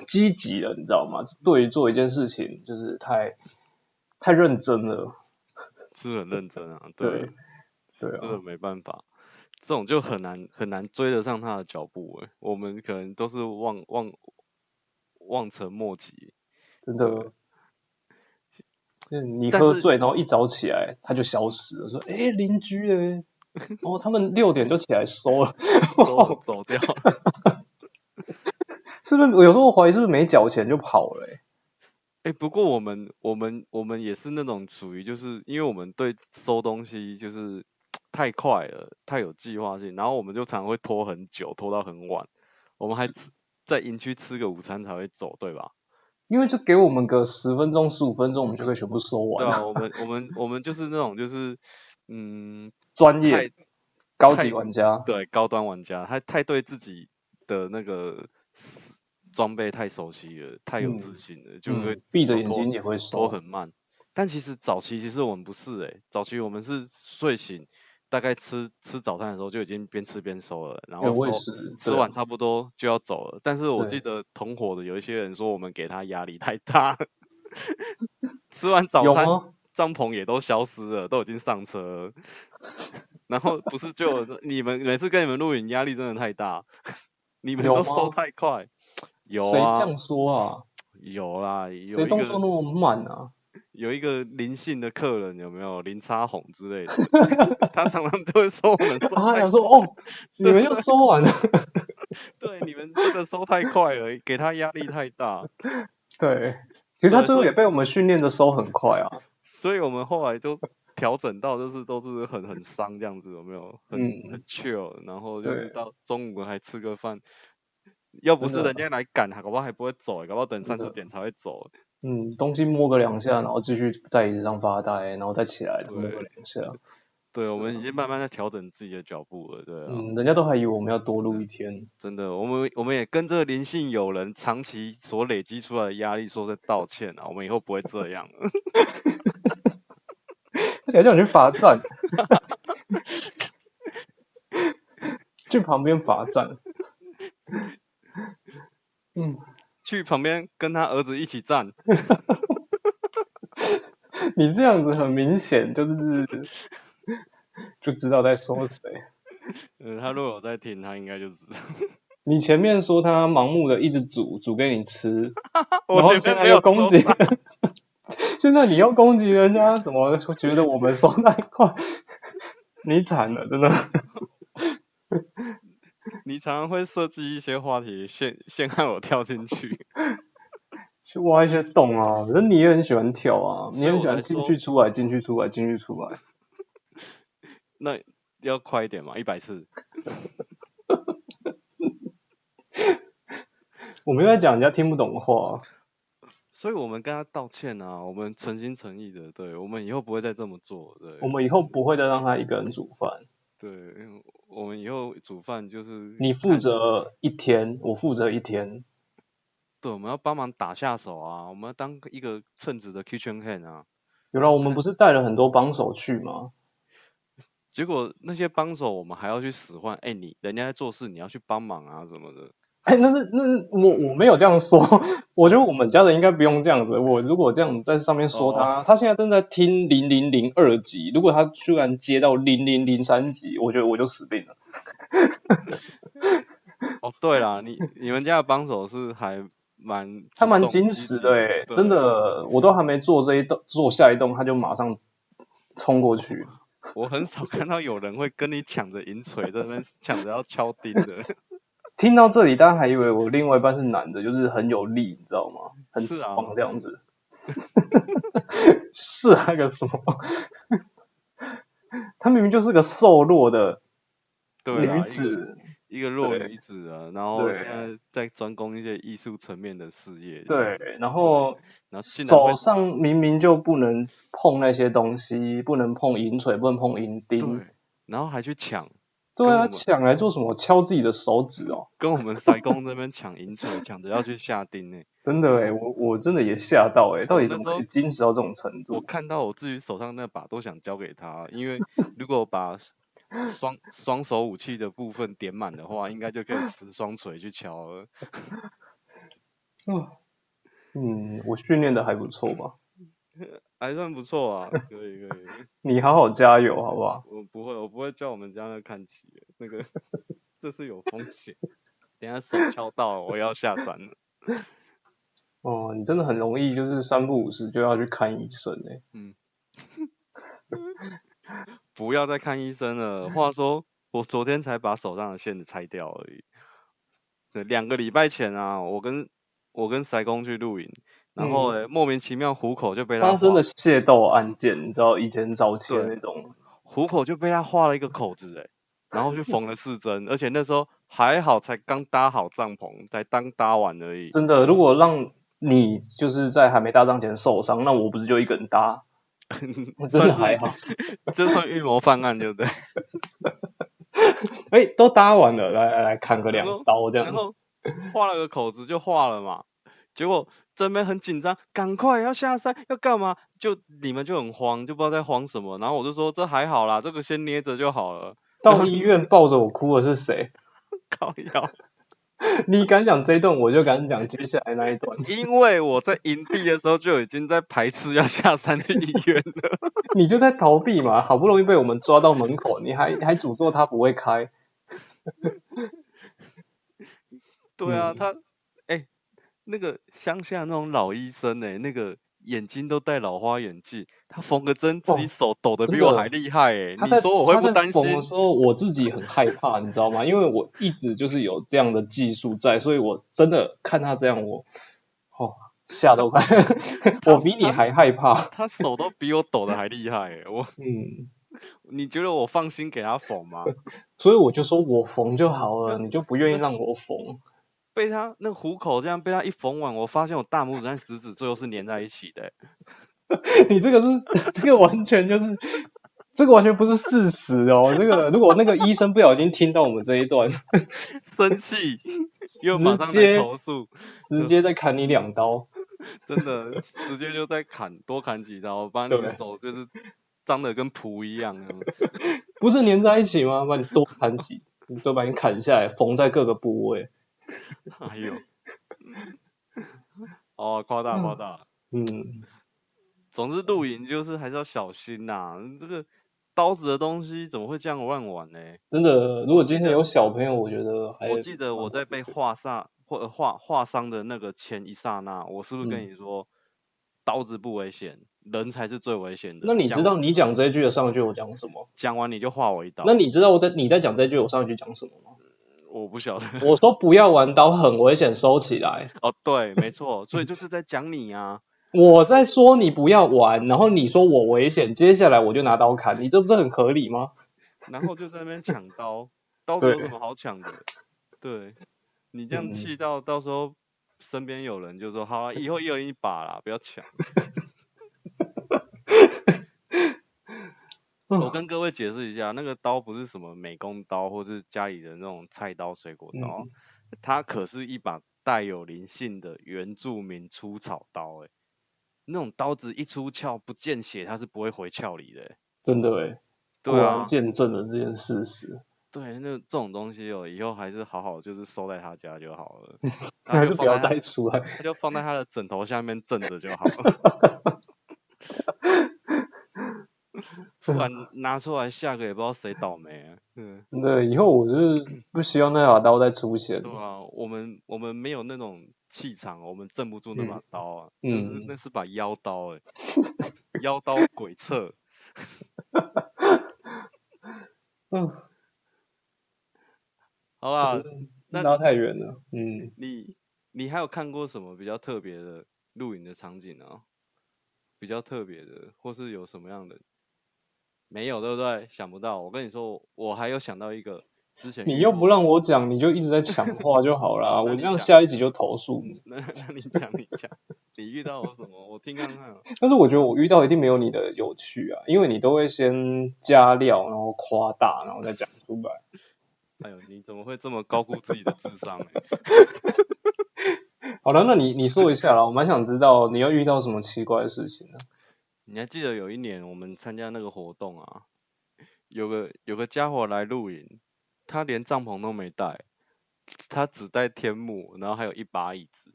积极了，你知道吗？对于做一件事情就是太太认真了，
是很认真啊，
对
对，
对
真
啊，
的没办法，这种就很难很难追得上他的脚步哎、我们可能都是望望望尘莫及，
真的。就是你
但
喝
是
醉，然后一早起来，他就消失了。说，哎、邻居 嘞，哦，他们六点就起来收了，
走走掉，
是不是？我有时候怀疑是不是没缴钱就跑了、欸？
哎、不过我们我们我们也是那种属于就是因为我们对收东西就是太快了，太有计划性，然后我们就常会拖很久，拖到很晚，我们还吃在营区吃个午餐才会走，对吧？
因为就给我们个十分钟、十五分钟，我们就可以全部收完
对
了。
啊，我们我们我们就是那种就是嗯，
专
太
业高
太
级玩家，嗯
对高端玩家，他太对自己的那个 s- 装备太熟悉了，太有自
嗯
信了，就会
嗯，闭着
都
眼
拖
睛也会收
都。很慢。但其实早期其实我们不是诶、早期我们是睡醒，大概吃吃早餐的时候就已经边吃边收了，然
对
后
我也
收
是
吃
对啊
完差不多就要走了。但是我记得同伙的有一些人说我们给他压力太大， 吃完早
有啊
餐
吗？
帐篷也都消失了，都已经上车了。 然后不是就有你们每次跟你们露营压力真的太大， 你们
有
都收
吗
太快。有
谁这
啊，
样说啊？
有啦，有
谁
一
动作那
个
么慢啊？
有一个灵性的客人有没有林差红之 类的，他常常都会说我们收
啊，他
太
想说 哦，你们又收完了。
对你们这个收太快了，给他压力太大，
对，其实他最
对
后
所以
也被我们训练的收很快啊。
所以我们后来就调整到就是都是很很伤这样子，有没有？很
嗯，
很 chill，然后就是
对
到中午还吃个饭，要不
真的
是人家来赶，搞不好还不会走，搞不好等
真
三
的
四点才会走。
嗯，东京摸个两下，然后继续在椅子上发呆，然后再起来再摸
对啊
个两下。
对，我们已经慢慢在调整自己的脚步了，对啊，
嗯，人家都还以为我们要多录一天。
真的，我们我们也跟这个灵性友人长期所累积出来的压力说声道歉啊，我们以后不会这样了。
他想叫你去罚 站，去旁边罚站。嗯，
去旁边跟他儿子一起站，
你这样子很明显就是就知道在说谁。
嗯，他如果有在听，他应该就知道。
你前面说他盲目的一直煮煮给你 吃，
我
然后
前
现
面
在
没
又
有
攻
收
击
到，
现在你要攻击人家，怎么觉得我们收那一块？你惨了，真的。
你常常会设计一些话题陷陷害我跳进去。
去挖一些洞啊，可是你也很喜欢跳啊，你
所
也
以我
很喜欢
才
进
说
去出来，进去出来，进去出来。
那要快一点嘛，一百次。
我们又在讲人家听不懂的话，啊
所以我们跟他道歉啊，我们诚心诚意的，对我们以后不会再这么做，对，
我们以后不会再让他一个人煮饭。
对，我们以后煮饭就是
你负
看，
责一天，我负责一天。
对，我们要帮忙打下手啊，我们要当一个称职的 kitchen hand 啊。
有了，我们不是带了很多帮手去吗？
结果那些帮手，我们还要去使唤，哎，你人家在做事，你要去帮忙啊什么的。
哎，那是那是我我没有这样说， 我觉得我们家人应该不用这样子。我如果这样子在上面说
哦
他，他现在正在听零零零二集，如果他居然接到零零零三集，我觉得我就死定了。
哦，对啦，你你们家的帮手是还蛮
他
主
蛮
动
矜
积
持
极
的诶、
对啊
真的，我都还没做这一栋，做下一栋，他就马上冲过去。
我很少看到有人会跟你抢着银锤，在那边抢着要敲钉的。
听到这里，大家还以为我另外一半是男的，就是很有力，你知道吗？很
是啊
壮这样子。 是啊，那个什么， 他明明就是个瘦弱的
对啊啦，
女
一个
子，
一个弱
对
女子啊，然后
对
现在在专攻一些艺术层面的事业，，
对，然后
然后竟然会
手上明明就不能碰那些东西，不能碰银锤，不能碰银钉，
对，然后还去抢，
对
跟我
啊，
们
抢来做什么？敲自己的手指哦，
跟我们 塞工那边抢银锤，抢着要去下钉欸呢、
真的哎，我我真的也吓到哎，到底怎
那时
么
候
可以矜持到这种程
我
度？
看到我自己手上那把都想交给他，因为如果把双双手武器的部分点满的话，应该就可以持双锤去敲了。
嗯，我训练的还不错吧？
还算不错啊，可以可以。
你好好加油，好不好？
我不会，我不会叫我们家那个看齐的，那个 这是有风险。等一下手敲到了，我要下山了。
哦，你真的很容易，就是三不五时就要去看医生哎。
不要再看医生了。
嗯
话说，我昨天才把手上的线子拆掉而已。对，两个礼拜前啊，我跟我跟塞工去露营，然后、欸莫名其妙虎口就被他
嗯发生
划
了械斗案件，你知道以前早期的
对
那种，
虎口就被他划了一个口子哎、然后去缝了四针，而且那时候还好才刚搭好帐篷，才刚搭完而已。
真的，如果让你就是在还没搭帐前受伤，那我不是就一个人 搭？真的还好，
这算预谋犯案，对不对？
哎、都搭完了，来来来，砍个两
然后
刀这
然
样。
后画了个口子就画了嘛，结果这边很紧张，赶快要下山要干嘛？就你们就很慌，就不知道在慌什么。然后我就说这还好啦，这个先捏着就好了。
到医院抱着我哭的是谁？
靠腰，
你敢讲这一段，我就敢讲接下来那一段。
因为我在营地的时候就已经在排斥要下山去医院了。
你就在逃避嘛，好不容易被我们抓到门口，你还还诅咒他不会开，
对啊，
嗯
他哎、那个乡下那种老医生哎、那个。眼睛都戴老花眼镜，他缝个针自己
哦
手抖的
真
比我
的
还厉害哎、
他
你
在
说我会不担
他在缝
心
的？时候，我自己很害怕，你知道吗？因为我一直就是有这样的技术在，所以我真的看他这样，我哦吓到快， 我比你还害怕。
他手都比我抖的还厉害哎、我
嗯，
你觉得我放心给他缝 吗？
所以我就说我缝就好了，你就不愿意让我缝。
被他那虎口这样被他一缝完，我发现我大拇指和食指最后是粘在一起 的欸、
你这个是这个完全就是。这个完全不是事实哦！这个如果那个医生不小心听到我们这一段，
生气又马上
直
来
接
投诉，
直接再砍你两刀。
真的直接就在砍，多砍几刀，把那个
对
手就是脏的跟蒲一样那样。
不是粘在一起吗？把你多砍几，都把你砍下来，缝在各个部位。
哎呦， 哦，夸大夸大。
嗯，
总之露营就是还是要小心呐、这个刀子的东西怎么会这样乱玩呢？
真的，如果今天有小朋友，我觉得还啊
我记得我在被划伤或呃划划伤的那个前一刹那，我是不是
嗯
跟你说，刀子不危险，人才是最危险的？
那你
讲
知道
完
你讲这一句的上一句我讲什么？
讲完你就划我一刀，
那你知道我在你在讲这一句我上一句讲什么吗？
我不晓得
我说不要玩刀，很危险，收起来。
哦，对，没错，所以就是在讲你啊，
我在说你不要玩，然后你说我危险，接下来我就拿刀砍你，这不是很合理吗？
然后就在那边抢刀，刀子有
对
什么好抢的？对，你这样
嗯
气到到时候身边有人就说，好啊，以后一人一把啦，不要抢。
啊
我跟各位解释一下，那个刀不是什么美工刀，或是家里的那种菜刀、水
嗯
果刀，它可是一把带有灵性的原住民出草刀、欸，那种刀子一出鞘不见血，它是不会回鞘里的、欸。
真的哎，
对
果
啊
然，见证了这件事实。
对，那这种东西哦，以后还是好好就是收在他家就好 了，他
还
就是
不
放
要
在他
带出来。
他就放在他的枕头下面枕着就好了。 不然拿出来下个也不知道谁倒霉、啊。嗯，
对，以后我是不希望那把刀再出现
对。啊，我们我们没有那种气场，我们镇不住那把刀啊，那是
嗯
那是把妖刀 哎、妖刀鬼策。
嗯，
啊好啦，啊那
啊拉太远了。嗯，
你你还有看过什么比较特别的露营的场景啊？比较特别的，或是有什么样的？没有，对不对？想不到。我跟你说，我还有想到一个，之前
你
遇
又
过
不让我讲，你就一直在抢话就好啦。
那
我
你
这样
讲啊
下一集就投诉你。
那那 你讲，你讲，你遇到我什么？我听看看啊。
但是我觉得我遇到一定没有你的有趣啊，因为你都会先加料，然后夸大，然后再讲出来。
哎呦，你怎么会这么高估自己的智商欸呢、
好了，那你你说一下啦，我蛮想知道你又遇到什么奇怪的事情啊呢？
你还记得有一年我们参加那个活动啊，有个有个家伙来露营，他连帐篷都没带，他只带天幕，然后还有一把椅子，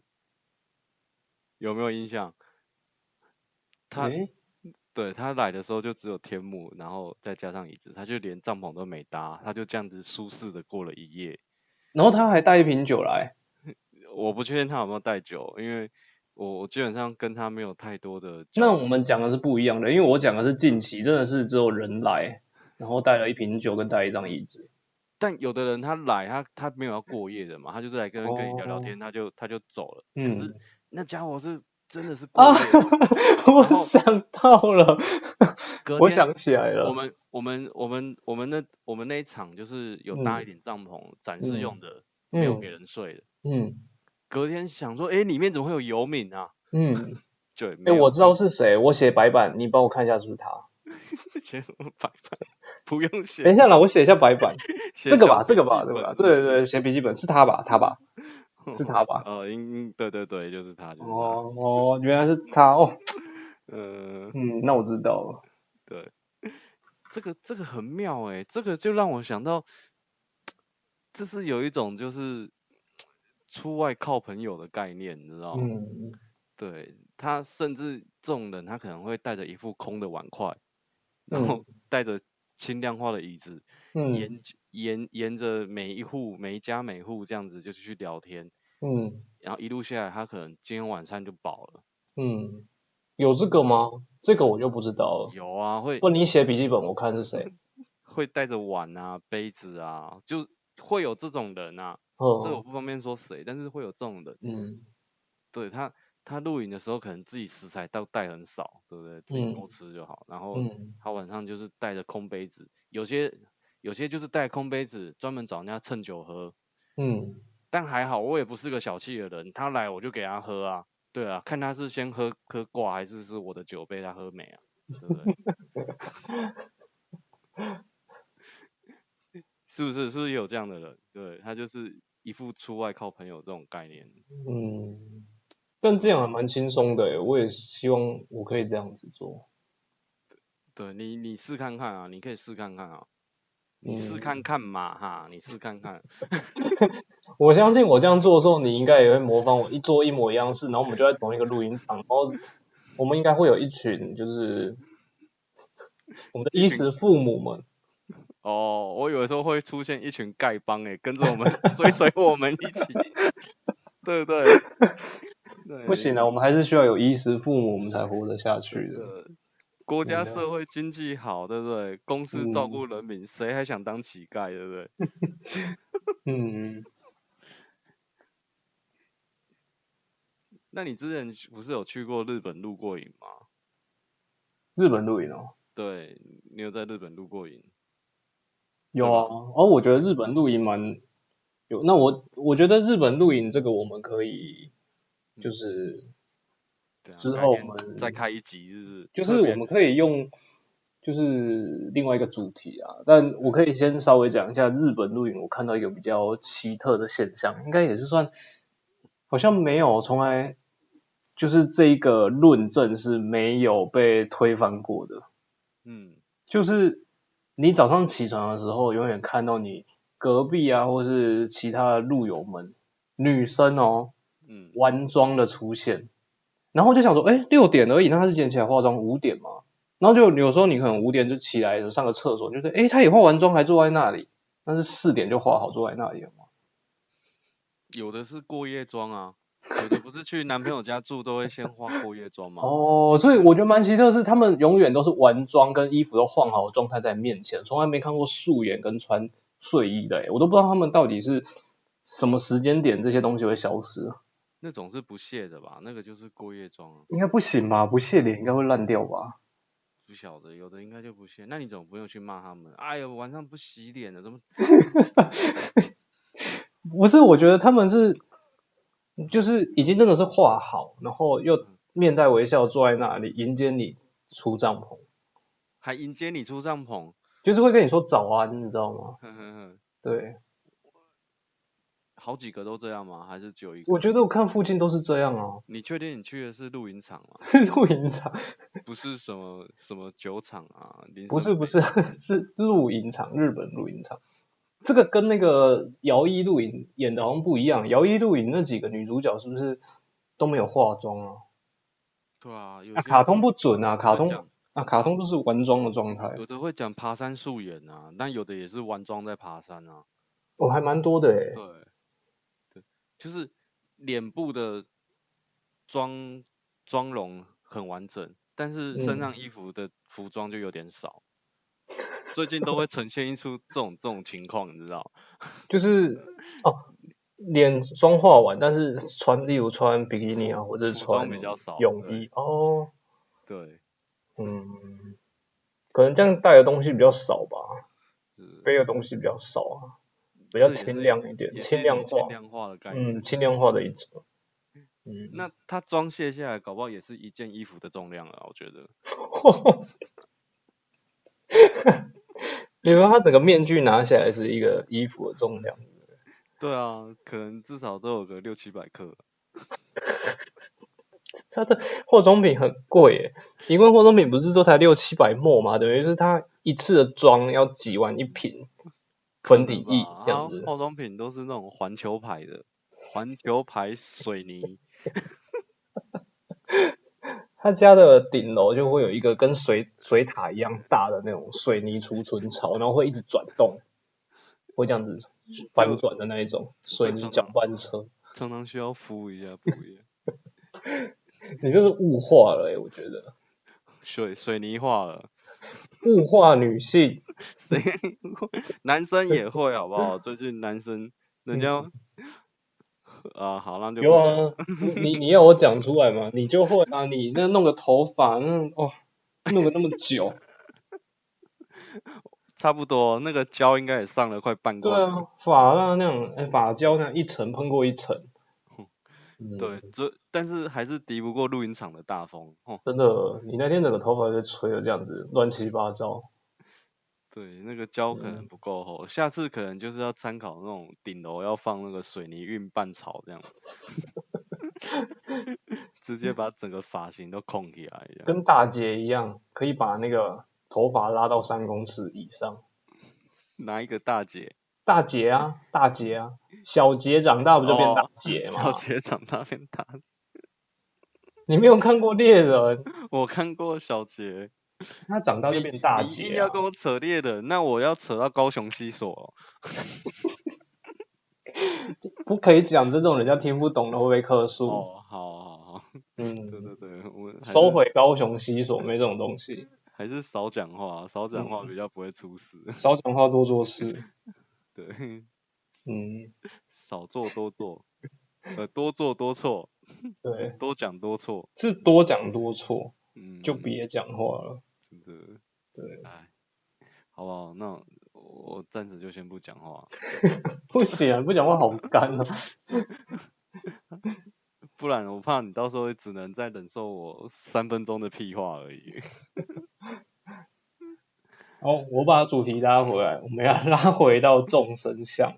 有没有印象？他
诶
对他来的时候就只有天幕，然后再加上椅子，他就连帐篷都没搭，他就这样子舒适的过了一夜。
然后他还带一瓶酒来，
我不确定他有没有带酒，因为我我基本上跟他没有太多的交
那
集
我们讲的是不一样的，因为我讲的是近期，真的是只有人来，然后带了一瓶酒跟带一张椅子。
但有的人他来，他他没有要过夜的嘛，他就是来跟跟你聊聊
哦
天，他就他就走了。可是
嗯，
那家伙是真的是过
啊
夜的，
我想到了，
隔
我
天
想起来
我
了，
们我们我们我们那我们那一场就是有
嗯
搭一点帐篷展示用的，没有给人睡的。
嗯
隔天想说，诶，里面怎么会有游民啊？
嗯，
对，没
哎、
有
我知道是谁，我写白板，你帮我看一下是不是他？
写什么白板，不用写。
等一下啦，我写一下白板，
写
这个吧，
小
这个
笔
吧，
记
这个吧，
本
对对对，写笔记本是他吧，他 吧，是他吧？
哦，应应对对对，就是他， 就是他。
哦哦，原来是他哦，
呃，
嗯，那我知道了，
对，这个这个很妙诶、这个就让我想到，这是有一种就是出外靠朋友的概念，你知道吗？
嗯，
对他甚至这种人，他可能会带着一副空的碗筷，然后 带着轻量化的椅子，
嗯
沿沿沿着每一户、每一家、每一户这样子就去聊天，
嗯
然后一路下来，他可能今天晚餐就饱了。
嗯，
有这个吗？这个我就不知道了。
有啊，会
不，你写笔记本，我看是谁。
会带着碗啊、杯子啊，就会有这种人啊。这个我
哦
嗯
不方便说谁，但是会有这种人。
嗯
对他，他露营的时候可能自己食材都带很少，对不对？自己
嗯
够吃就好。然后
嗯
他晚上就是带着空杯子，有些有些就是带空杯子，专门找人家蹭酒喝。
嗯
但还好，我也不是个小气的人，他来我就给他喝啊。对啊，看他是先喝喝挂，还是是我的酒被他喝没啊？对不对？ 是不是？是不是有这样的人？对他就是一副出外靠朋友这种概念。
嗯，
但这样还蛮轻松的耶，我也希望我可以这样子做。
对你，你试看看啊，你可以试看看啊，你试
嗯
看看嘛哈，你试看看。
我相信我这样做的时候，你应该也会模仿我，一做一模一样的事，然后我们就在同一个录音场，然后我们应该会有一群就是 我们的衣食父母们，
哦，我以为说会出现一群丐帮诶，跟着 我们追随我们一起，对不对？对
不行啊，我们还是需要有衣食父母，我们才活得下去的。
呃，国家
真的
社会经济好，对不对？公司照顾人民，谁还想当乞丐，对不对？
嗯，
那你之前去不是有去过日本露过营吗？
日本露营哦，
对，你有在日本露过营？
有啊，哦，我觉得日本露营蛮有，那我我觉得日本露营这个我们可以就是
对啊，
之
改
后
天
我们
再开一集，是不是？
就是
特别
我们可以用，就是另外一个主题啊，但我可以先稍微讲一下日本露营，我看到一个比较奇特的现象，应该也是算，好像没有从来就是这一个论证是没有被推翻过的，
嗯
就是你早上起床的时候，永远看到你隔壁啊，或是其他的路友们，女生哦，
嗯
完妆的出现，然后我就想说，哎，六点而已，那他是捡起来化妆五点嘛？然后就有时候你可能五点就起来上个厕所，你就是哎，他也化完妆还坐在那里，但是四点就化好坐在那里了嘛。
有的是过夜妆啊，有的不是去男朋友家住都会先化过夜妆吗？
哦，所以我觉得蛮奇特的是，他们永远都是完妆跟衣服都换好的状态在面前，从来没看过素颜跟穿睡衣的，诶我都不知道他们到底是什么时间点这些东西会消失，
那种是不屑的吧？那个就是过夜妆啊，
应该不行吧？不卸脸应该会烂掉吧？
不晓得有的应该就不屑。那你怎么不用去骂他们？哎呦，晚上不洗脸的，怎么？
不是，我觉得他们是，就是已经真的是画好，然后又面带微笑坐在那里迎接你出帐篷，
还迎接你出帐篷？
就是会跟你说早安，你知道吗？
哼哼哼，
对，
好几个都这样吗？还是只有一个？
我觉得我看附近都是这样啊，
你确定你去的是露营场吗？
露营场
不是什么什么酒厂啊？林
不
森
是不
北
是 是露营场，日本露营场。这个跟那个摇一露营演的好像不一样，摇一露营那几个女主角是不是都没有化妆啊？
对啊，有
啊，
些
卡通
会
不准啊，卡
会
通
讲
啊，卡通都是完妆的状态，
有的会讲爬山素颜啊，但有的也是玩装在爬山啊。
哦，还蛮多的诶。
对，对，就是脸部的妆妆容很完整，但是
嗯
身上衣服的服装就有点少。最近都会呈现出这种这种情况，你知道？
就是哦，脸妆化完，但是穿，例如穿比基尼啊，或者是
服装
穿
比较少
泳衣哦，
对，
嗯，可能这样带的东西比较少吧，
是
背的东西比较少啊，比
这
较
也是
轻量一点，
也是
轻
一
量
种
化
轻，量化的概念。
嗯，轻量化的一种，嗯，
那它装卸下来，搞不好也是一件衣服的重量了，我觉得。
比如说他整个面具拿下来是一个衣服的重量，
对啊，可能至少都有个六七百克。
它的化妆品很贵耶，一罐化妆品不是都才六七百墨嘛，等于是它一次的妆要几万一瓶，粉底液
吧
这样
它
子。
化妆品都是那种环球牌的，环球牌水泥。
他家的顶楼就会有一个跟水水塔一样大的那种水泥储存槽，然后会一直转动，会这样子翻转的那一种水泥搅拌车。
常常需要敷一下补一下，
你这是物化了哎，我觉得
水水泥化了，
物化女性。
谁男生也会好不好？最近男生人家 啊，好那就
嗯有
不讲
啊，你你你要我讲出来吗？你就会啊，你那弄个头发，那哦，弄个那么久，
差不多，那个胶应该也上了快半
对
罐了。
啊，发蜡那样，哎，发胶那样一层喷过一 层，嗯，
对，这但是还是敌不过露营场的大风哦。
真的，你那天整个头发被吹的这样子乱七八糟，
对，那个胶可
嗯
能不够厚，下次可能就是要参考那种顶楼要放那个水泥运拌草这样， 直接把整个发型都控起来 这样。
跟大姐一样，可以把那个头发拉到三公尺以上。
拿一个大姐，
大姐啊，大姐啊，小杰长大不就变大姐吗？
哦小姐长大变大姐
你没有看过猎人，
我看过小杰，
他长大就变大
你一定
姐、
要
啊。
跟我扯猎人，那我要扯到高雄西所哦、
不可以讲这种人家听不懂的会被克数。
哦，好好好，对
嗯，
对对，我还是
收，回高雄西所没这种东西，
还是少讲话，少讲
嗯
话比较不会出事。
少讲话多做事。
对，
嗯，
少做多做，呃，多做多错，
对，
多讲多错。
是多讲多错，
嗯，
就别讲话了。
真的，
对，
哎，好不好？那我我暂时就先不讲话，
不行啊，不讲话好干 哦。
不然我怕你到时候只能再忍受我三分钟的屁话而已。
好，哦我把主题拉回来，我们要拉回到众生相。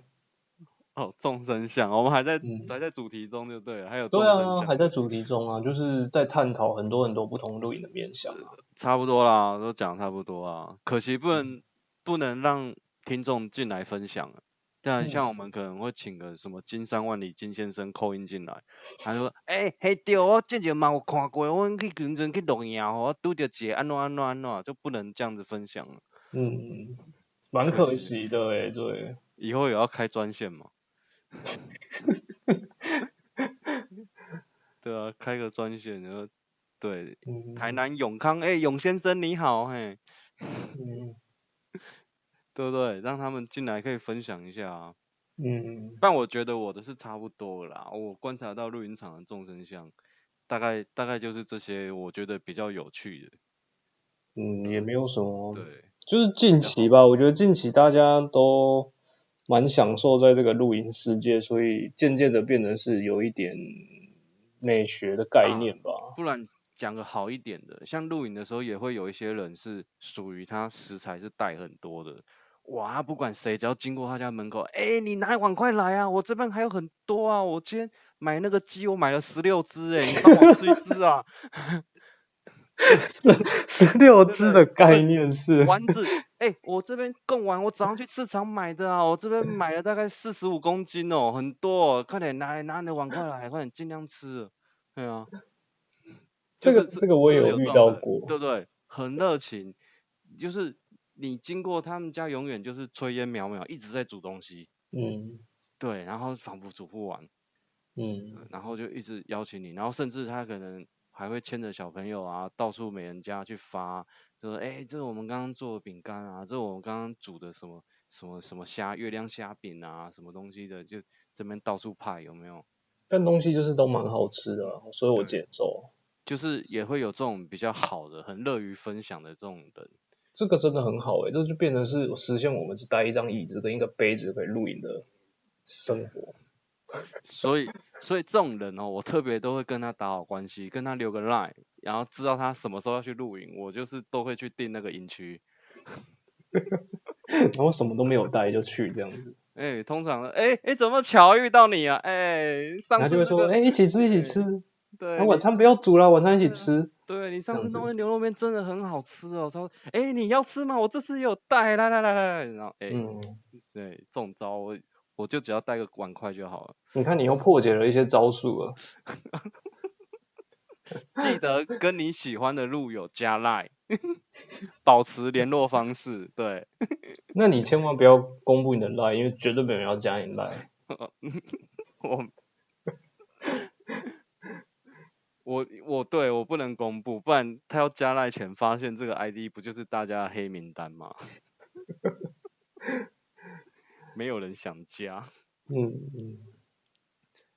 哦，众生相，我们还在、
嗯
还在主题中就对了，还有 众
对
生
啊，
相，
还在主题中啊，就是在探讨很多很多不同录影的面向啊。
差不多啦，都讲差不多啦。可惜不能、不能让听众进来分享啊，但
嗯
像我们可能会请个什么金山万里金先生扣音进来，他说，诶、嘿对，哦我之前嘛有看过，我去认真去录音吼，我拄着一个安怎安怎安怎，就不能这样子分享了。
嗯，蛮可惜的诶、对，
以后也要开专线嘛。 对啊，开个专线，然后对
嗯，
台南永康，哎、永先生你好，嘿，
嗯
对不对？让他们进来可以分享一下啊。
嗯，
但我觉得我的是差不多了啦，我观察到露营场的众生相，大概大概就是这些，我觉得比较有趣的。
嗯，也没有什么，
对，
就是近期吧，我觉得近期大家都蛮享受在这个露营世界，所以渐渐的变成是有一点美学的
啊
概念 吧。
不然讲个好一点的，像露营的时候也会有一些人是属于他食材是带很多的，哇，他不管谁，只要经过他家门口，哎，你拿碗筷来啊，我这边还有很多啊，我今天买那个鸡，我买了十六只，哎，你帮我吃一只啊，
十十六只的 概念是，
丸子，哎、我这边贡丸，我早上去市场买的啊，我这边买了大概四十五公斤哦，很多、哦，快点拿来拿你的碗筷来，快点尽量吃，对啊，
这个
就是
这个我
是
有遇
有这种
到
的
过，
对不对？很热情，就是你经过他们家，永远就是炊烟袅袅，一直在煮东西，
嗯
对，然后仿佛煮不完，
嗯
然后就一直邀请你，然后甚至他可能还会牵着小朋友啊，到处每人家去发，就说哎、诶这是我们刚刚做的饼干啊，这是我们刚刚煮的什么什么什么虾月亮虾饼啊，什么东西的，就这边到处派有没有？
但东西就是都蛮好吃的啊，所以我接受。
就是也会有这种比较好的，很乐于分享的这种人，
这个真的很好诶、欸这就变成是实现我们只带一张椅子跟一个杯子可以露营的生活。
所以所以这种人哦，我特别都会跟他打好关系，跟他留个 line，然后知道他什么时候要去露营，我就是都会去订那个营区。
然后什么都没有带就去这样子，
哎、通常呢，哎、哎、怎么巧遇到你啊？哎、上
然后
次
就会
那
说，
个，
哎、一起吃一起吃，
对，
那
你
晚餐不要煮啦，晚餐一起吃。
对你上
样
次
子
弄的牛肉面真的很好吃哦，超，哎、你要吃吗？我这次也有带，来来来来，然后哎、
嗯，
对，这种招我我就只要带个碗筷就好了，
你看你又破解了一些招数了。
记得跟你喜欢的路友加 line，保持联络方式，对，
那你千万不要公布你的 line，因为绝对没有人要加你 line。
我。我我对我不能公布，不然他要加赖前发现这个 ID 不就是大家的黑名单吗？ 没有人想加。
嗯嗯，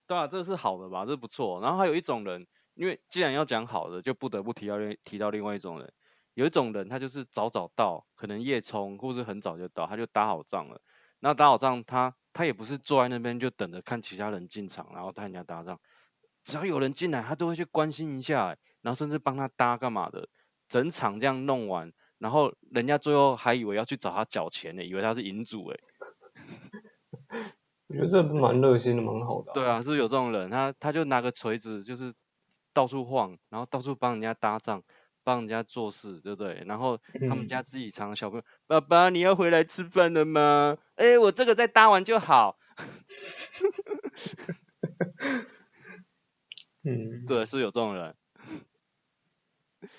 对啊，这是好的吧？这不错。然后还有一种人，因为既然要讲好的，就不得不提到另提到另外一种人。有一种人，他就是早早到，可能夜冲，或是很早就到，他就搭好帐了。那搭好帐，他他也不是坐在那边就等着看其他人进场，然后看人家搭帐。只要有人进来，他都会去关心一下欸，然后甚至帮他搭干嘛的。整场这样弄完，然后人家最后还以为要去找他缴钱呢，以为他是银主哎。
我觉得这蛮热心的，蛮好的、
对，啊，是有这种人，他他就拿个锤子，就是到处晃，然后到处帮人家搭帐，帮人家做事，对不对？然后他们
嗯
家自己藏的小朋友，爸爸你要回来吃饭了吗？哎，我这个再搭完就好。
嗯，
对，是有这种人，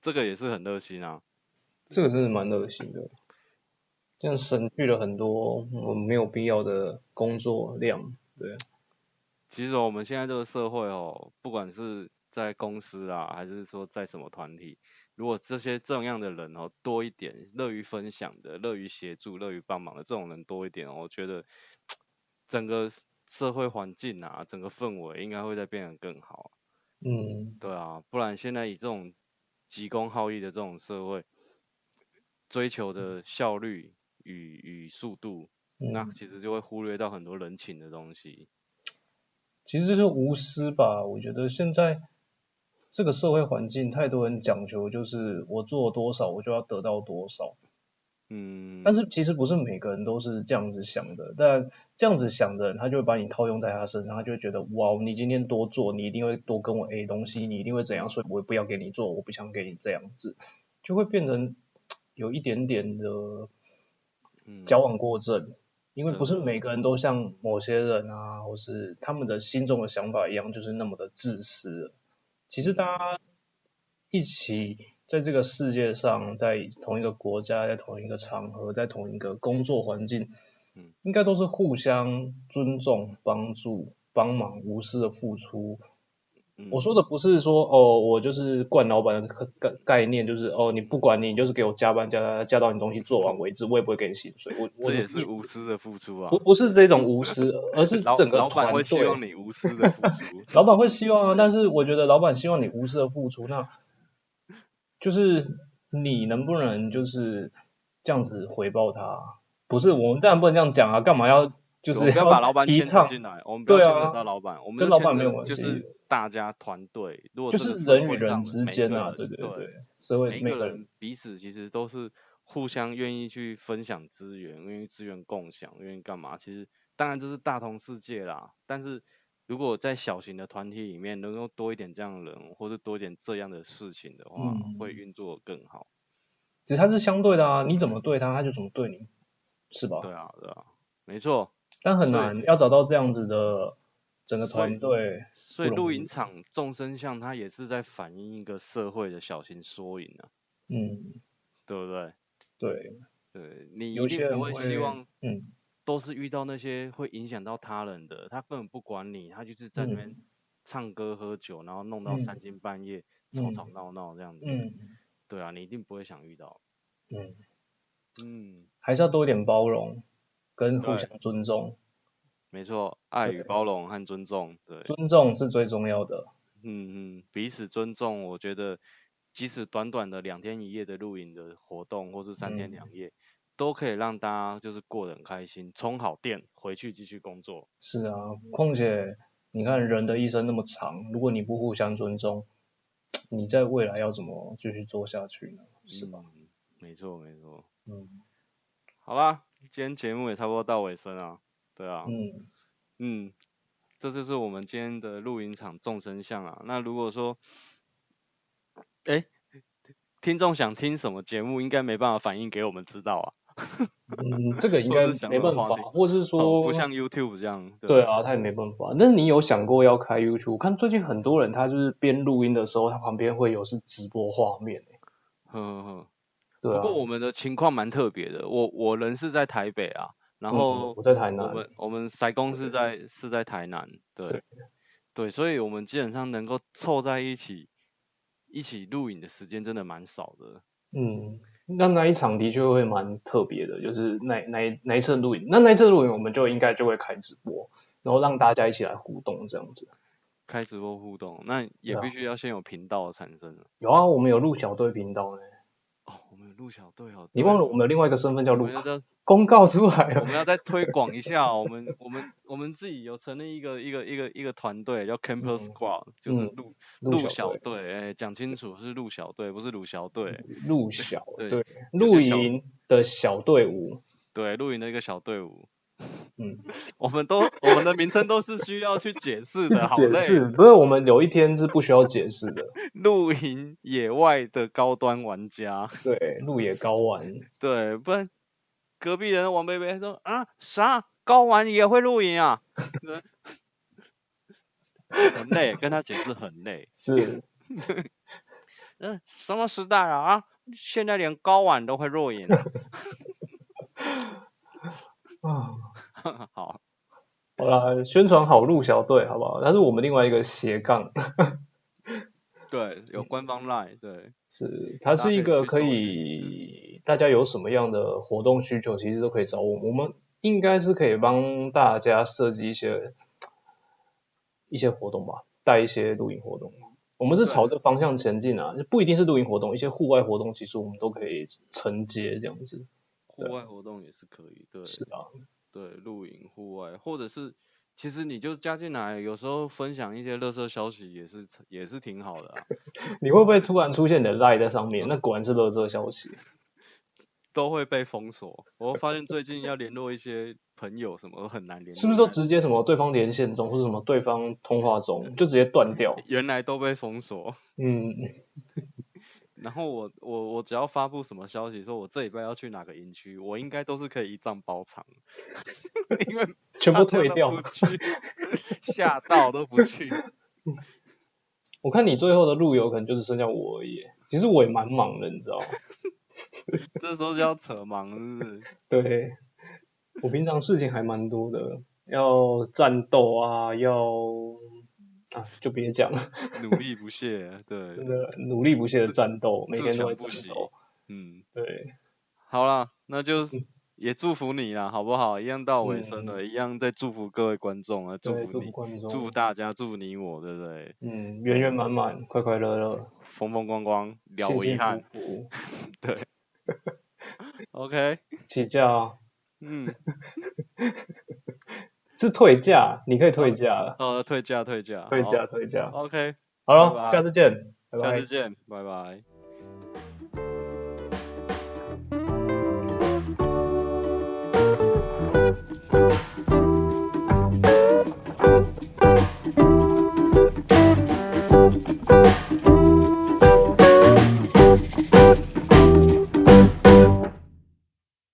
这个也是很热心啊。
这个真的蛮热心的，这样省去了很多我们没有必要的工作量。对，
其实哦我们现在这个社会哦，不管是在公司啊，还是说在什么团体，如果这些这样的人哦多一点，乐于分享的、乐于协助、乐于帮忙的这种人多一点哦，我觉得整个 s- 社会环境啊，整个氛围应该会再变得更好。
嗯，
对啊，不然现在以这种急功好义的这种社会，追求的效率与与速度，那
嗯
其实就会忽略到很多人情的东西。
其实就是无私吧。我觉得现在这个社会环境，太多人讲求就是我做多少，我就要得到多少。
嗯，
但是其实不是每个人都是这样子想的，但这样子想的人，他就会把你套用在他身上，他就会觉得哇，你今天多做，你一定会多跟我 A 东西，你一定会怎样，所以我不要给你做，我不想给你这样子，就会变成有一点点的
嗯
矫枉过正，因为
真
不是
的
每个人都像某些人啊，或是他们的心中的想法一样，就是那么的自私了。其实大家一起在这个世界上，在同一个国家，在同一个场合，在同一个工作环境
嗯，
应该都是互相尊重、帮助、帮忙、无私的付出。
嗯
我说的不是说哦，我就是惯老板的概概念，就是哦，你不管你，你就是给我加班加加加到你东西做完为止，我也不会给你薪水。我我
这
的
也是
意
无私的付出啊
不。不是这种无私， 而是
老
整个
老板
团
会希
队。
望你无私的付
，
出
老板会希望啊，但是我觉得老板希望你无私的付出，那就是你能不能就是这样子回报他？不是，我们当然不能这样讲啊，干嘛要就
我
是
们不要把
要
老板
提
牵扯
倡？
进来，我们不要
对
牵
啊
扯到老板，我们
跟
就
老
牵
板没
扯
有关
就
系
是大家团队，如果
就
这
是
个社
人与
会
人
上
之
每
间
个
啊，
人
对对
对，
对，社会
每一
每
个
个人
人彼此其实都是互相愿意去分享资源，愿意资源共享，愿意干嘛？其实当然这是大同世界啦，但是如果在小型的团体里面能够多一点这样的人，或是多一点这样的事情的话，
嗯
会运作得更好。
只是它是相对的啊，你怎么对他，他就怎么对你，是吧？
对啊，对啊，没错。
但很
所以
难要找到这样子的整个
所以
团队，
所以
不容
露
易
营场众生相，它也是在反映一个社会的小型缩影啊，
嗯，
对不对？
对，
对你
有
一
些
定
人
不会
会
希望
嗯，
都是遇到那些会影响到他人的，他根本不管你，他就是在那边唱歌喝酒，然后弄到
嗯
三更半夜，吵吵闹闹这样子。
嗯
对啊，你一定不会想遇到。
嗯，
嗯，
还是要多一点包容跟互
对
相尊重，
没错，爱
对
与包容和尊重，对，
尊重是最重要的。
嗯嗯，彼此尊重，我觉得即使短短的两天一夜的露营的活动，或是三天
嗯
两夜，都可以让大家就是过得很开心，充好电，回去继续工作。
是啊，况且你看人的一生那么长，如果你不互相尊重，你在未来要怎么继续做下去呢？是吧？
嗯，没错没错。
嗯
好啦，今天节目也差不多到尾声啊，对啊，
嗯
嗯，这就是我们今天的露营场众生相啊。那如果说，哎，听众想听什么节目，应该没办法反映给我们知道啊，
嗯，这个应
或者
该
是想
没
问
办法
话题，
或是
哦
说
不像 YouTube 这样。对
对啊，他也没办法。但是你有想过要开 YouTube？我看最近很多人他就是边录音的时候，他旁边会有是直播画面、欸，
呵呵呵。
对啊。
不过
嗯
我们的情况蛮特别的，我我人是在台北啊，然
嗯
后
我在台
我
南，
们我们塞工是在是在台南，对
对
对，所以我们基本上能够凑在一起一起录影的时间真的蛮少的。
嗯，那那一场的确会蛮特别的，就是那那一那一次录影，那那一次录影我们就应该就会开直播，然后让大家一起来互动这样子。
开直播互动，那
对
也
啊
必须要先有频道的产生了。
有啊，我们有录小队频道呢、
哦，我们有录小队哦，
你
对
忘了我们有另外一个身份叫
我
录啊
们要再
公告出来
我
了。
们要再推广一下哦、我们我们我们自己有成立一个一个一个一个团队叫 Camper
嗯
Squad，、就是
嗯
录
陆
陆小
小队，嗯
队，哎、讲清楚是陆小队，不是鲁小队，
陆小
对
对，
有
露
些小
营的小队伍，
对，露营的一个小队伍。
嗯，
我们都我们的名称都是需要去解释 的，好
解
累。
释不是我们有一天是不需要解释的，
露营野外的高端玩家，
对，路野高玩，
对，不然隔壁人王贝贝说啊啥高玩也会露营啊， 很累，跟他解释很累。
是，
嗯，什么时代了啊？现在连高玩都会露营 了。
啊，
好，
好啦，宣传好陆小队好不好？但是我们另外一个斜杠。
对，有官方 line，对，
是，它
大家
是一
可以
个
去
可
搜寻
以，大家有什么样的活动需求，其实都可以找我们，我们应该是可以帮大家设计一些一些活动吧，带一些露营活动。我们是
对
朝着方向前进啊，不一定是露营活动，一些户外活动其实我们都可以承接这样子。
户外活动也是可以，对，
是啊，
对，露营、户外，或者是其实你就加进来，有时候分享一些乐色消息也是也是挺好的 啊，
你会不会突然出现你的 lie 在上面？那果然是乐色消息。
都会被封锁。我发现最近要联络一些朋友什么很难联络，
是不是都直接什么对方连线中，或者什么对方通话中，就直接断掉？
原来都被封锁？
嗯，
然后我我我只要发布什么消息，说我这礼拜要去哪个营区，我应该都是可以一仗包场，因为
全部
大家
退
都
掉。
啊不去，吓到都不去。
我看你最后的路由可能就只剩下我而已。欸其实我也蛮忙的，你知道吗？
这时候就要扯盲，是不是？
对，我平常事情还蛮多的，要战斗啊，要啊，就别讲了，
努力不懈，
真
对，
的努力不懈的战斗，每
自
天都在
强
战
不息
斗。
嗯。
对，
好啦，那就
嗯
也祝福你啦，好不好？一样到尾声了，一样再祝福各位观众啊，祝
对
福
祝福
你，
观
祝福
众，
大家，祝福你我，对不对？
嗯，圆圆满满，快快乐乐，
风风光光，了
幸
无遗
幸
憾
福福，
，OK？
起价
嗯，
是退价，你可以退价了，
好的，退价，退价，
退
好
价退价。
，OK，
好
拜
了，
拜
下次见，拜
下
拜
次。见，拜拜。拜。